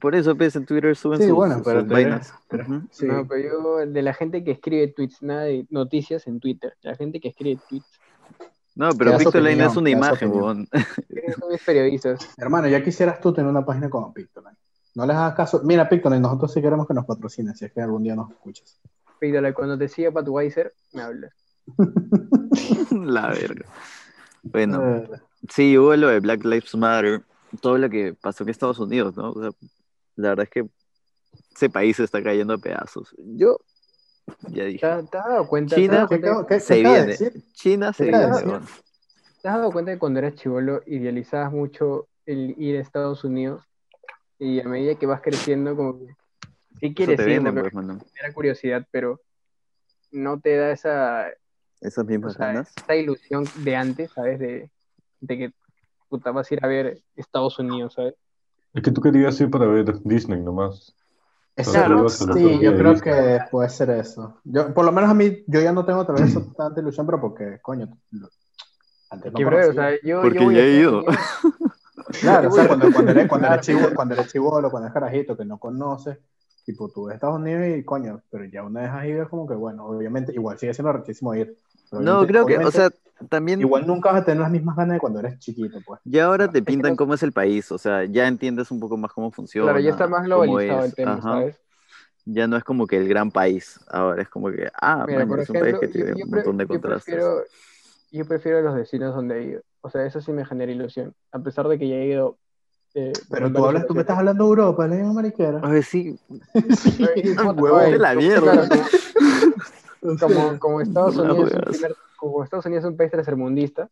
Speaker 2: Por eso, pues, en Twitter suben
Speaker 1: Sí,
Speaker 2: sus,
Speaker 1: bueno,
Speaker 2: sus
Speaker 1: pero te-
Speaker 2: vainas.
Speaker 1: pero-
Speaker 2: Ujú.
Speaker 1: sí.
Speaker 3: No, pues. pero yo, de la gente que escribe tweets, nada de noticias en Twitter. La gente que escribe tweets.
Speaker 2: No, pero
Speaker 1: da su
Speaker 2: Pictoline
Speaker 1: opinión,
Speaker 2: es una
Speaker 1: te da su
Speaker 2: imagen,
Speaker 1: opinión.
Speaker 2: huevón.
Speaker 3: Creo que Son mis periodistas.
Speaker 1: Hermano, ya quisieras tú tener una página como Pictoline. No les hagas caso. Mira, Pictoline, nosotros sí queremos que nos patrocinen, si es que algún día nos escuchas.
Speaker 3: Pídale, cuando te siga Pat Weiser, me hablas.
Speaker 2: La verga. Bueno.
Speaker 1: Eh,
Speaker 2: Sí, hubo lo de Black Lives Matter, todo lo que pasó en Estados Unidos, ¿no? O sea, la verdad es que ese país se está cayendo a pedazos. Yo ya
Speaker 3: ¿Te
Speaker 2: dije,
Speaker 3: has te has dado cuenta?
Speaker 1: ¿Qué
Speaker 2: China-
Speaker 3: te has dado cuenta
Speaker 1: acabo- qué-
Speaker 2: se
Speaker 1: qué acaba de
Speaker 2: viene,
Speaker 1: decir?
Speaker 2: China se
Speaker 1: ¿Qué
Speaker 2: viene,
Speaker 1: acaba de decir?
Speaker 2: weón.
Speaker 3: ¿Te has dado cuenta que cuando eras chivolo idealizabas mucho el ir a Estados Unidos y a medida que vas creciendo, como que sí
Speaker 2: Eso
Speaker 3: quieres
Speaker 2: te
Speaker 3: ir,
Speaker 2: viene,
Speaker 3: porque
Speaker 2: pues, mano.
Speaker 3: te da curiosidad, pero no te da esa,
Speaker 2: Esas
Speaker 3: o
Speaker 2: mismas
Speaker 3: sea,
Speaker 2: ganas.
Speaker 3: esa ilusión de antes, ¿sabes? De, de que puta vas a ir a ver Estados Unidos, ¿sabes?
Speaker 4: Es que tú querías ir para ver Disney nomás.
Speaker 1: Eso-
Speaker 3: Claro.
Speaker 1: sí, yo creo que puede ser eso. Yo, por lo menos a mí, yo ya no tengo otra vez tanta ilusión, pero porque, coño, lo- antes no
Speaker 3: Que, bro, o
Speaker 1: conocía.
Speaker 3: sea, yo,
Speaker 2: Porque
Speaker 3: yo voy a
Speaker 2: ya he
Speaker 3: Estados
Speaker 2: ido.
Speaker 3: Unidos,
Speaker 1: Claro, o sea, cuando, cuando eres, cuando eres
Speaker 3: Claro.
Speaker 1: chivo- cuando eres chivolo, cuando eres carajito, que no conoces, tipo, tú ves Estados Unidos y, coño, pero ya una vez has ido es como que, bueno, obviamente, igual sigue siendo rarísimo ir. pero
Speaker 2: No,
Speaker 1: obviamente-
Speaker 2: creo que, o
Speaker 1: obviamente-
Speaker 2: sea, también
Speaker 1: Igual nunca vas a tener las mismas ganas de cuando eres chiquito, pues.
Speaker 2: ya ahora te
Speaker 1: Es que
Speaker 2: pintan
Speaker 1: no-
Speaker 2: cómo es el país, o sea, ya entiendes un poco más cómo funciona.
Speaker 3: claro, ya está más
Speaker 2: cómo
Speaker 3: globalizado
Speaker 2: es,
Speaker 3: el tema,
Speaker 2: ajá.
Speaker 3: ¿sabes?
Speaker 2: Ya no es como que el gran país, ahora es como que, ah,
Speaker 3: Mira,
Speaker 2: man,
Speaker 3: por
Speaker 2: es un país
Speaker 3: ejemplo,
Speaker 2: que
Speaker 3: yo,
Speaker 2: tiene
Speaker 3: yo
Speaker 2: un
Speaker 3: pre-
Speaker 2: montón de
Speaker 3: yo
Speaker 2: contrastes.
Speaker 3: prefiero, yo prefiero los destinos donde he ido. O sea, eso sí me genera ilusión. A pesar de que ya he ido. eh,
Speaker 1: Pero
Speaker 3: en
Speaker 1: tú
Speaker 3: varias
Speaker 1: hablas, tú me estás
Speaker 3: ocasiones.
Speaker 1: hablando de Europa, la misma mariquera.
Speaker 2: A ver, sí,
Speaker 1: Sí,
Speaker 3: Oye,
Speaker 1: huevón.
Speaker 3: oye,
Speaker 2: de la mierda.
Speaker 3: claro, como, como Estados
Speaker 2: La
Speaker 3: Unidos es un
Speaker 2: huevas.
Speaker 3: primer- como Estados Unidos es un país tercermundista,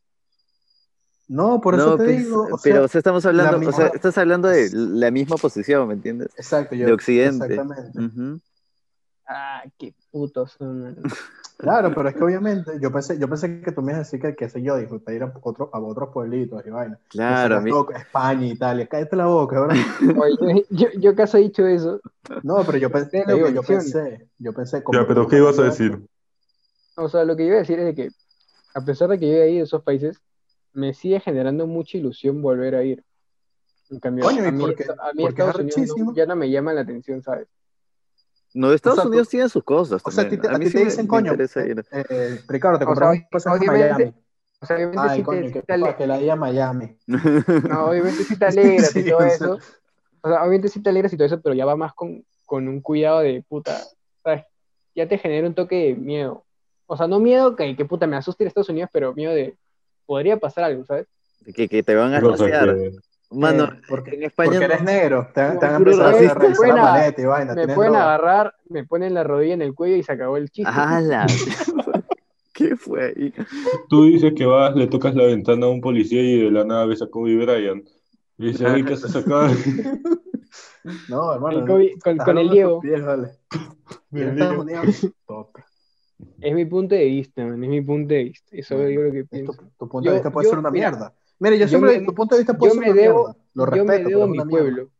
Speaker 1: No, por eso
Speaker 2: No,
Speaker 1: te
Speaker 2: pues,
Speaker 1: digo. o
Speaker 2: pero
Speaker 1: sea,
Speaker 2: o sea, estamos hablando,
Speaker 1: misma- pues
Speaker 2: o sea, estás hablando de la misma posición, ¿me entiendes?
Speaker 1: exacto, yo.
Speaker 2: de Occidente.
Speaker 1: Exactamente.
Speaker 2: Ujú.
Speaker 3: ah, qué putos. son.
Speaker 1: Claro, pero es que obviamente, yo pensé, yo pensé que tú me ibas a decir que, qué sé yo, disfruté ir a, otro, a otros pueblitos y vaina.
Speaker 2: Claro, a
Speaker 1: Pensé,
Speaker 2: mí,
Speaker 1: "No, España, Italia, cállate la boca, ahora.
Speaker 3: Oye, yo, yo casi he dicho eso.
Speaker 1: No, pero yo pensé,
Speaker 3: Ustedes
Speaker 1: te
Speaker 3: lo
Speaker 1: digo, yo
Speaker 3: mencionan.
Speaker 1: pensé, yo pensé como.
Speaker 4: Ya, pero ¿qué ibas a decir?
Speaker 3: O sea, lo que yo iba a decir es de que, a pesar de que yo he ido a esos países, me sigue generando mucha ilusión volver a ir. En cambio,
Speaker 1: Coño, ¿y
Speaker 3: a mí,
Speaker 1: por qué?
Speaker 3: a mí
Speaker 1: ¿Por qué
Speaker 3: Estados Unidos no-
Speaker 1: arrechísimo?
Speaker 3: ya no me llama la atención, ¿sabes?
Speaker 2: No, Estados
Speaker 1: sea, tú-
Speaker 2: Unidos tiene sus cosas
Speaker 1: O sea, a ti
Speaker 2: también.
Speaker 1: te,
Speaker 2: a
Speaker 1: a
Speaker 2: mí
Speaker 1: ti
Speaker 2: sí
Speaker 1: te
Speaker 2: me-
Speaker 1: dicen,
Speaker 2: me
Speaker 1: coño,
Speaker 2: interesa
Speaker 1: eh,
Speaker 2: ir.
Speaker 1: eh, Ricardo, te
Speaker 3: O sea,
Speaker 1: compramos un pasaje a
Speaker 3: obviamente-
Speaker 1: Miami.
Speaker 3: O sea, obviamente
Speaker 1: Ay,
Speaker 3: sí
Speaker 1: coño,
Speaker 3: te,
Speaker 1: que
Speaker 3: sí te ale-
Speaker 1: que la idea a Miami.
Speaker 3: no, obviamente sí te alegras y
Speaker 1: Sí,
Speaker 3: todo
Speaker 1: o sea.
Speaker 3: eso. O sea, obviamente sí te alegras y todo eso, pero ya va más con, con un cuidado de puta, ¿sabes? Ya te genera un toque de miedo. O sea, no miedo que, que puta me asuste ir a Estados Unidos, pero miedo de podría pasar algo, ¿sabes?
Speaker 2: que, que te van a
Speaker 4: Cosa
Speaker 2: rasear.
Speaker 4: que-
Speaker 2: Mano,
Speaker 1: Eh, porque,
Speaker 2: en
Speaker 1: porque
Speaker 2: España no-
Speaker 1: eres negro. Te, te van a
Speaker 2: Puro
Speaker 1: empezar a hacer
Speaker 2: racista.
Speaker 1: revisar la
Speaker 3: Buena.
Speaker 1: maleta y vaina.
Speaker 3: Me
Speaker 1: tienes
Speaker 3: pueden
Speaker 1: droga.
Speaker 3: agarrar, me ponen la rodilla en el cuello y se acabó el chiste.
Speaker 2: ¡Hala! ¿Qué fue ahí?
Speaker 4: Tú dices que vas, le tocas la ventana a un policía y de la nada ves a Kobe Bryant. Y dices, "Ay, ¿qué haces acá?
Speaker 1: No, hermano.
Speaker 3: El Kobe- con,
Speaker 1: estás
Speaker 3: con el
Speaker 1: hablando
Speaker 3: Diego.
Speaker 1: de estupidez, vale. Y en Estados
Speaker 4: Bienvenido.
Speaker 1: Unidos, top.
Speaker 3: Es mi punto de vista, man, es mi punto de vista. Eso
Speaker 1: Bueno,
Speaker 3: digo lo que
Speaker 1: Es
Speaker 3: pienso.
Speaker 1: tu, tu punto de
Speaker 3: Yo-
Speaker 1: vista puede
Speaker 3: yo-
Speaker 1: ser una
Speaker 3: mira,
Speaker 1: mierda. Mire, yo
Speaker 3: yo
Speaker 1: siempre,
Speaker 3: me-
Speaker 1: tu punto de vista puede
Speaker 3: Yo
Speaker 1: ser
Speaker 3: me
Speaker 1: una
Speaker 3: debo,
Speaker 1: mierda. Lo
Speaker 3: yo
Speaker 1: respeto,
Speaker 3: me
Speaker 1: pero
Speaker 3: debo a
Speaker 1: es
Speaker 3: mi
Speaker 1: una mierda.
Speaker 3: pueblo.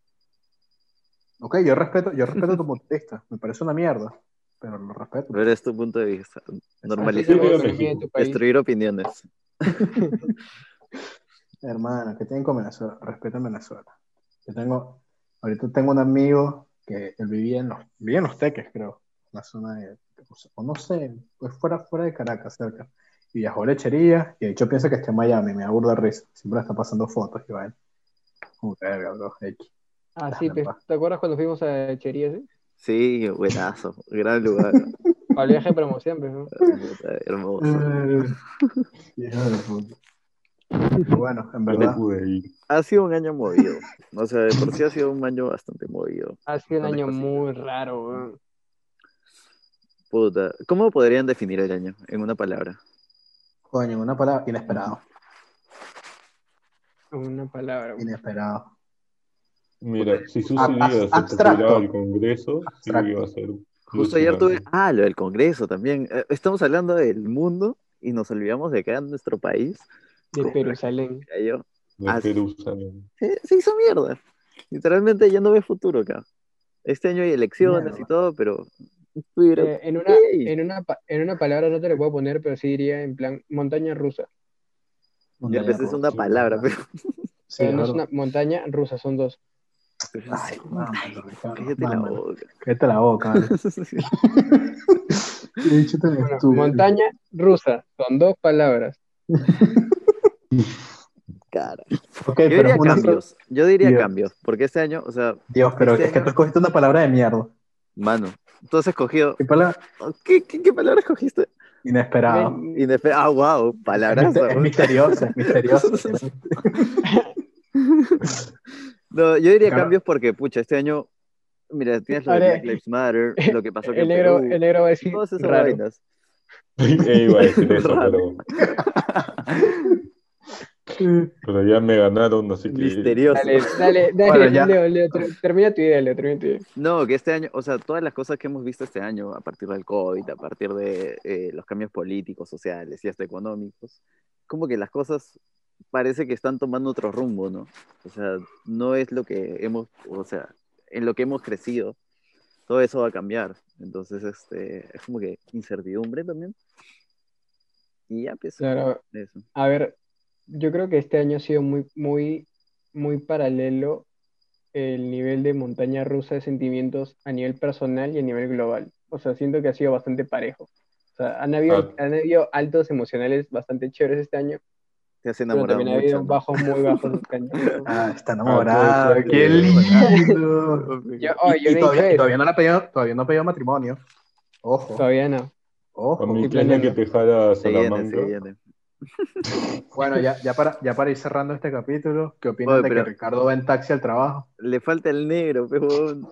Speaker 1: Ok, yo respeto, yo respeto tu punto de vista. Me parece una mierda, pero lo respeto.
Speaker 2: Pero es tu punto de vista.
Speaker 3: Así
Speaker 4: Yo
Speaker 3: se
Speaker 2: Normalizar,
Speaker 4: vivo
Speaker 3: mueve
Speaker 4: en
Speaker 3: la economía de
Speaker 4: México.
Speaker 3: tu país.
Speaker 2: destruir opiniones.
Speaker 1: Hermano, ¿qué tienen con Venezuela? Respeto en Venezuela. Yo tengo, ahorita tengo un amigo que él vivía en los, vivía en los Teques, creo, la zona de, o no sé, pues fuera, fuera de Caracas, cerca. Y viajó a Lechería, y de hecho piensa que está en Miami, me da burda risa. Siempre le está pasando fotos, y vaina. Como que, verga, bro, X.
Speaker 3: Ah, sí, pues, ¿te acuerdas cuando fuimos a eh? Lechería? Sí?
Speaker 2: Sí, buenazo. Gran lugar.
Speaker 3: Al viaje de promoción, pues, ¿no?
Speaker 2: Hermoso.
Speaker 1: Eh, hijo de puta. Pero bueno, en
Speaker 4: Yo no
Speaker 1: verdad,
Speaker 4: pude ir.
Speaker 2: Ha sido un año movido. O sea, de por sí ha sido un año bastante movido.
Speaker 3: Ha sido un
Speaker 2: Son
Speaker 3: año
Speaker 2: despacito.
Speaker 3: muy raro, weón.
Speaker 2: Puta. ¿Cómo podrían definir el año en una palabra?
Speaker 1: coño, una palabra, inesperado,
Speaker 3: Una palabra, weón.
Speaker 1: inesperado.
Speaker 4: Mira, si Susi
Speaker 1: Ab-
Speaker 4: Díaz se
Speaker 1: abstracto.
Speaker 4: postulaba al Congreso, sí
Speaker 1: Abstracto.
Speaker 4: iba a ser
Speaker 2: Justo ayer tuve.
Speaker 4: alucinante.
Speaker 2: Ah, lo del Congreso también. Eh, Estamos hablando del mundo y nos olvidamos de acá en nuestro país.
Speaker 3: De
Speaker 2: Como
Speaker 3: Perusalén.
Speaker 2: cayó.
Speaker 4: de
Speaker 2: As-
Speaker 4: Perú salen.
Speaker 2: Se, se hizo mierda. Literalmente ya no ve futuro acá. Este año hay elecciones
Speaker 1: Mierda.
Speaker 2: y todo, pero. pero-
Speaker 3: Eh, en, una,
Speaker 2: ¡Ey!
Speaker 3: en, una, pa- en una palabra no te lo puedo poner, pero sí diría en plan montaña rusa.
Speaker 2: Ya pues es una
Speaker 4: sí,
Speaker 2: palabra, pero.
Speaker 1: Sí,
Speaker 3: Pero Eh, no
Speaker 1: es
Speaker 3: es una
Speaker 1: verdad.
Speaker 3: montaña rusa, son dos.
Speaker 1: Ay, mámalo, Ricardo,
Speaker 2: Cállate la
Speaker 1: mámalo.
Speaker 2: boca.
Speaker 1: Cállate la boca, vale. Qué bicho tan
Speaker 3: Bueno,
Speaker 1: estúpido.
Speaker 3: montaña rusa, son dos palabras.
Speaker 2: Cara.
Speaker 1: Ok,
Speaker 2: Yo
Speaker 1: pero
Speaker 2: diría
Speaker 1: es una
Speaker 2: cambios. Yo diría
Speaker 1: Dios.
Speaker 2: cambios. Porque este año, o sea,
Speaker 1: Dios, pero
Speaker 2: Este
Speaker 1: es que
Speaker 2: año-
Speaker 1: tú escogiste una palabra de mierda.
Speaker 2: mano, tú has escogido.
Speaker 1: ¿Qué palabra?
Speaker 2: ¿Qué, qué, qué palabra escogiste?
Speaker 1: Inesperado.
Speaker 3: Ven,
Speaker 2: Inesper- Ah, wow,
Speaker 1: Es,
Speaker 2: palabras.
Speaker 1: mister- es misterioso, es misterioso.
Speaker 2: No, yo diría
Speaker 1: Claro.
Speaker 2: cambios porque, pucha, este año, mira, tienes lo de
Speaker 3: Ahora,
Speaker 2: Black Lives Matter, lo que pasó que
Speaker 3: el,
Speaker 2: en
Speaker 3: negro,
Speaker 2: Perú,
Speaker 3: el negro va a decir
Speaker 2: todas esas
Speaker 3: raro.
Speaker 2: vainas.
Speaker 4: Eh, iba a decir eso, pero, pero ya me ganaron, así que.
Speaker 2: Misterioso.
Speaker 3: Dale, dale, dale,
Speaker 1: Bueno, ya.
Speaker 3: Leo, Leo, ter- termina tu idea, Leo, termina tu idea.
Speaker 2: No, que este año, o sea, todas las cosas que hemos visto este año, a partir del COVID, a partir de eh, los cambios políticos, sociales y hasta económicos, como que las cosas parece que están tomando otro rumbo, ¿no? O sea, no es lo que hemos, o sea, en lo que hemos crecido, todo eso va a cambiar. Entonces, este, es como que incertidumbre también. Y ya pues,
Speaker 3: Claro,
Speaker 2: eso.
Speaker 3: a ver, yo creo que este año ha sido muy, muy, muy paralelo el nivel de montaña rusa de sentimientos a nivel personal y a nivel global. O sea, siento que ha sido bastante parejo. O sea, han habido,
Speaker 2: Ah.
Speaker 3: han habido altos emocionales bastante chéveres este año,
Speaker 2: Te has
Speaker 3: pero
Speaker 2: enamorado
Speaker 3: también ha
Speaker 2: mucho.
Speaker 3: habido
Speaker 2: ¿no?
Speaker 3: bajos muy bajos este año.
Speaker 1: Ah, está enamorado.
Speaker 4: Ah,
Speaker 1: qué
Speaker 4: todo
Speaker 1: lindo.
Speaker 3: Yo, oh,
Speaker 1: Y,
Speaker 3: yo
Speaker 1: y
Speaker 3: no he dicho
Speaker 1: todavía, y
Speaker 3: eso,
Speaker 1: todavía no le ha pedido, todavía no ha pedido matrimonio. Ojo,
Speaker 3: todavía no.
Speaker 4: A
Speaker 1: ojo.
Speaker 4: mí,
Speaker 3: Estoy
Speaker 4: ¿quién es la que
Speaker 3: planeando.
Speaker 4: te jala a
Speaker 2: Se viene, se
Speaker 4: Salamanca?
Speaker 2: viene.
Speaker 1: Bueno, ya, ya, para, ya para ir cerrando este capítulo, ¿qué opinan
Speaker 2: Oye,
Speaker 1: de
Speaker 2: pero-
Speaker 1: que Ricardo va en taxi al trabajo?
Speaker 2: Le falta el negro, pejón.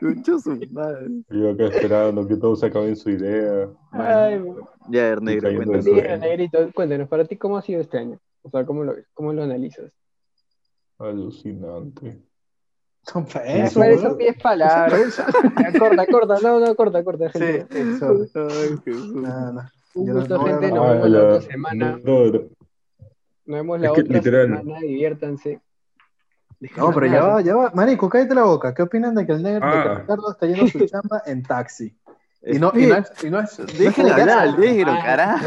Speaker 2: Concha su madre.
Speaker 4: Yo acá esperando que todos acaben su idea.
Speaker 3: Ay, pues,
Speaker 2: Ya, el negro,
Speaker 4: cayendo
Speaker 2: cuéntanos.
Speaker 4: de
Speaker 3: Sí,
Speaker 4: Bueno.
Speaker 3: pero Negrito, cuéntanos, para ti, ¿cómo ha sido este año? O sea, ¿cómo lo, cómo lo analizas?
Speaker 4: Alucinante.
Speaker 1: Eso,
Speaker 3: Bueno,
Speaker 1: boludo.
Speaker 3: son 10 palabras. Ya, corta, corta, no, no, corta, corta,
Speaker 1: Sí,
Speaker 3: gente.
Speaker 1: eso.
Speaker 2: Ay, Jesús.
Speaker 1: Nada, nada.
Speaker 3: Un
Speaker 1: Yo no-
Speaker 3: gusto,
Speaker 1: no voy a
Speaker 3: gente,
Speaker 4: Ah,
Speaker 3: nos
Speaker 1: hablar.
Speaker 3: vemos la
Speaker 4: Ala,
Speaker 3: otra semana.
Speaker 4: brother.
Speaker 3: Nos vemos la
Speaker 4: Es que,
Speaker 3: otra
Speaker 4: literal.
Speaker 3: semana, diviértanse.
Speaker 1: No, pero ya va, ya va. Marico, cállate la boca. ¿Qué opinan de que el negro, de que
Speaker 4: Ah.
Speaker 1: Ricardo está yendo su chamba en taxi? Y no, y no es, y no es, no es
Speaker 2: Déjenlo
Speaker 1: como que-
Speaker 2: hablar al negro,
Speaker 3: Ah,
Speaker 2: carajo.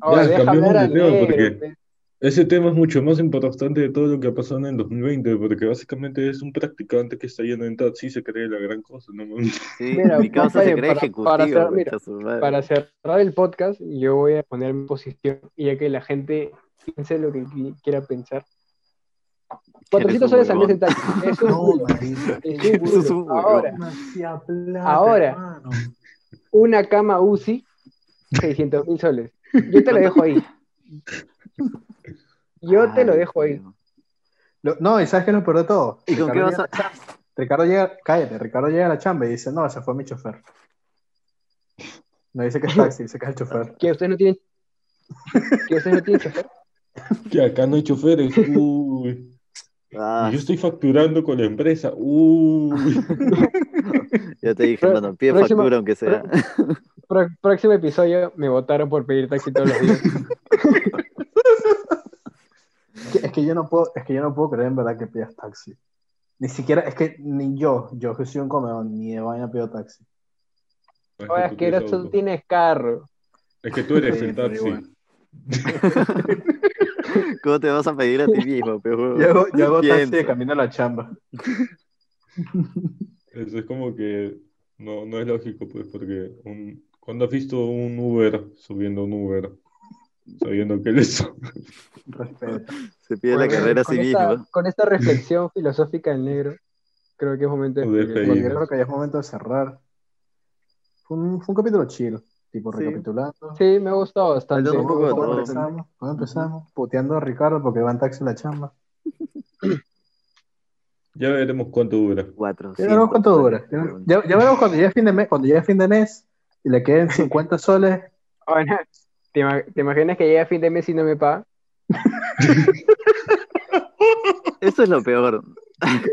Speaker 3: Ahora, deja
Speaker 4: cambiemos
Speaker 3: hablar al
Speaker 4: de
Speaker 3: este,
Speaker 4: tema,
Speaker 3: negro.
Speaker 4: porque-
Speaker 3: pe.
Speaker 4: Ese tema es mucho más importante de todo lo que ha pasado en el 2020, porque básicamente es un practicante que está yendo en taxi y se cree la gran cosa, ¿no?
Speaker 2: Sí,
Speaker 3: Mira,
Speaker 2: mi causa
Speaker 3: compadre,
Speaker 2: se cree
Speaker 3: para-
Speaker 2: ejecutivo.
Speaker 3: para hacer- mira,
Speaker 2: concha su madre.
Speaker 3: Para cerrar el podcast, yo voy a poner mi posición, y ya que la gente piense lo que qui- quiera pensar.
Speaker 2: Eres un
Speaker 3: 400 soles al mes
Speaker 2: huevón.
Speaker 3: en taxi. Es un
Speaker 1: No,
Speaker 3: culo,
Speaker 1: marica.
Speaker 3: es
Speaker 2: Eres
Speaker 3: un culo.
Speaker 2: un huevón.
Speaker 3: Ahora,
Speaker 1: Demasiada plata,
Speaker 3: Ahora.
Speaker 1: hermano.
Speaker 3: una cama UCI, 600 mil soles. Yo te lo dejo ahí. Yo te lo
Speaker 2: Ay,
Speaker 3: dejo ahí.
Speaker 2: Dios mío.
Speaker 1: Lo- no, y sabes qué es lo peor de todo.
Speaker 2: ¿Y con qué
Speaker 1: Ricardo
Speaker 2: vas a.?
Speaker 1: Ricardo llega, cállate, Ricardo llega a la chamba y dice, no, ese fue mi chofer. No dice que es taxi, dice que es el chofer.
Speaker 3: Que ustedes no tienen. Que ustedes no tienen chofer.
Speaker 4: Que acá no hay choferes, uy.
Speaker 2: Ah,
Speaker 4: Y Yo estoy facturando con la empresa, uy.
Speaker 2: ya te dije,
Speaker 3: Pro-
Speaker 2: mano, pie
Speaker 3: próxima-
Speaker 2: factura aunque sea.
Speaker 3: Pro- próximo episodio me votaron por pedir taxi todos los días.
Speaker 1: Es que, es que yo no puedo, es que yo no puedo creer en verdad que pidas taxi. Ni siquiera, es que ni yo, yo que soy un comedón, ni de vaina pido taxi.
Speaker 3: Ahora es
Speaker 4: tú
Speaker 3: que
Speaker 4: tienes
Speaker 3: eres- tú
Speaker 4: auto.
Speaker 3: tienes carro.
Speaker 4: Es que tú eres
Speaker 1: Sí,
Speaker 4: el
Speaker 1: pero
Speaker 4: taxi.
Speaker 1: igual.
Speaker 2: ¿Cómo te vas a pedir a ti mismo, pe, huevón?
Speaker 1: Yo hago, yo hago taxi de
Speaker 2: Piensa.
Speaker 1: camino a la chamba.
Speaker 4: Eso es como que no, no es lógico, pues, porque un, ¿cuándo has visto un Uber subiendo un Uber? Sabiendo que él es...
Speaker 1: Respeto.
Speaker 2: Se pide
Speaker 3: Bueno,
Speaker 2: la carrera a sí
Speaker 3: con esta,
Speaker 2: mismo.
Speaker 3: Con esta reflexión filosófica del negro, creo que es momento de
Speaker 4: De
Speaker 3: despedir.
Speaker 1: Bueno,
Speaker 4: Sí.
Speaker 1: yo creo que ya es momento de cerrar. Fue un, fue un capítulo chill, tipo
Speaker 2: Sí.
Speaker 1: recapitulando.
Speaker 3: Sí, me ha gustado bastante.
Speaker 2: Hablando un poco de
Speaker 1: ¿Cómo
Speaker 2: todo.
Speaker 1: empezamos? ¿Cómo empezamos? Puteando a Ricardo porque va en taxi a la chamba.
Speaker 4: Ya veremos cuánto dura.
Speaker 2: Cuatro.
Speaker 1: Ya veremos cuánto dura. Ya, ya- ya veremos cuando llegue fin de mes, cuando llegue fin de mes y le queden 50 soles.
Speaker 3: Ahora, ¿te, ima- te imaginas que llega fin de mes y no me paga?
Speaker 2: Eso es lo peor.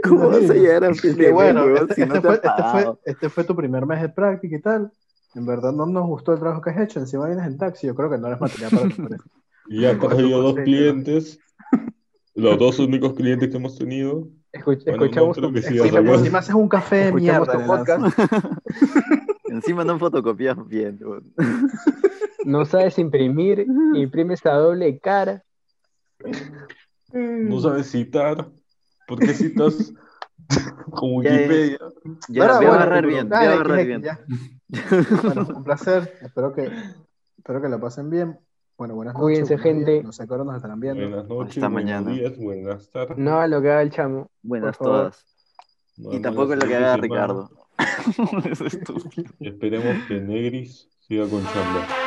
Speaker 2: ¿Cómo vas a llegar a fin de
Speaker 1: Que bueno,
Speaker 2: mes, huevón,
Speaker 1: este,
Speaker 2: si no
Speaker 1: este
Speaker 2: te
Speaker 1: fue,
Speaker 2: has
Speaker 1: este, fue,
Speaker 2: pagado?
Speaker 1: este fue tu primer mes de práctica y tal. En verdad no nos gustó el trabajo que has hecho. Encima vienes en taxi. Yo creo que no eres material para tu empresa.
Speaker 4: Y Ya han
Speaker 1: Con tu
Speaker 4: perdido dos
Speaker 1: consejo.
Speaker 4: clientes. Los dos únicos clientes que hemos tenido.
Speaker 3: Escuch-
Speaker 4: Bueno, no
Speaker 3: escuchamos
Speaker 4: creo
Speaker 3: tu-
Speaker 4: que sí,
Speaker 1: Si
Speaker 3: escuchamos-
Speaker 1: me,
Speaker 4: Dios.
Speaker 1: si me haces un café de
Speaker 3: Escuchamos
Speaker 1: mierda,
Speaker 3: tu
Speaker 1: le lanzo.
Speaker 3: podcast.
Speaker 2: Encima no fotocopias bien. huevón.
Speaker 3: no sabes imprimir, imprimes a doble cara.
Speaker 2: Mm.
Speaker 4: No sabes citar. ¿Por qué citas con
Speaker 2: Ya, ya.
Speaker 4: Wikipedia?
Speaker 2: Ya,
Speaker 1: Ahora,
Speaker 2: voy
Speaker 1: bueno,
Speaker 2: a
Speaker 1: pues,
Speaker 2: agarrar
Speaker 1: tu-
Speaker 2: bien. Voy
Speaker 1: nada,
Speaker 2: a
Speaker 1: X,
Speaker 2: agarrar
Speaker 1: X,
Speaker 2: bien.
Speaker 1: ya. Bueno, un placer. Espero que, espero que lo pasen bien. Bueno, buenas noches.
Speaker 3: Cuídense,
Speaker 1: buenos días.
Speaker 3: gente.
Speaker 1: No sé qué hora nos estarán viendo.
Speaker 4: Buenas noches,
Speaker 2: Hasta
Speaker 4: buenos
Speaker 2: mañana.
Speaker 4: días, buenas tardes.
Speaker 3: No a lo que haga el chamo.
Speaker 2: Buenas
Speaker 3: Por favor.
Speaker 2: todas. Y
Speaker 4: buenas
Speaker 2: tampoco lo que
Speaker 4: fines de
Speaker 2: haga
Speaker 4: semana.
Speaker 2: Ricardo. Eso es tú. Ah.
Speaker 4: Esperemos que Negris siga con chamba.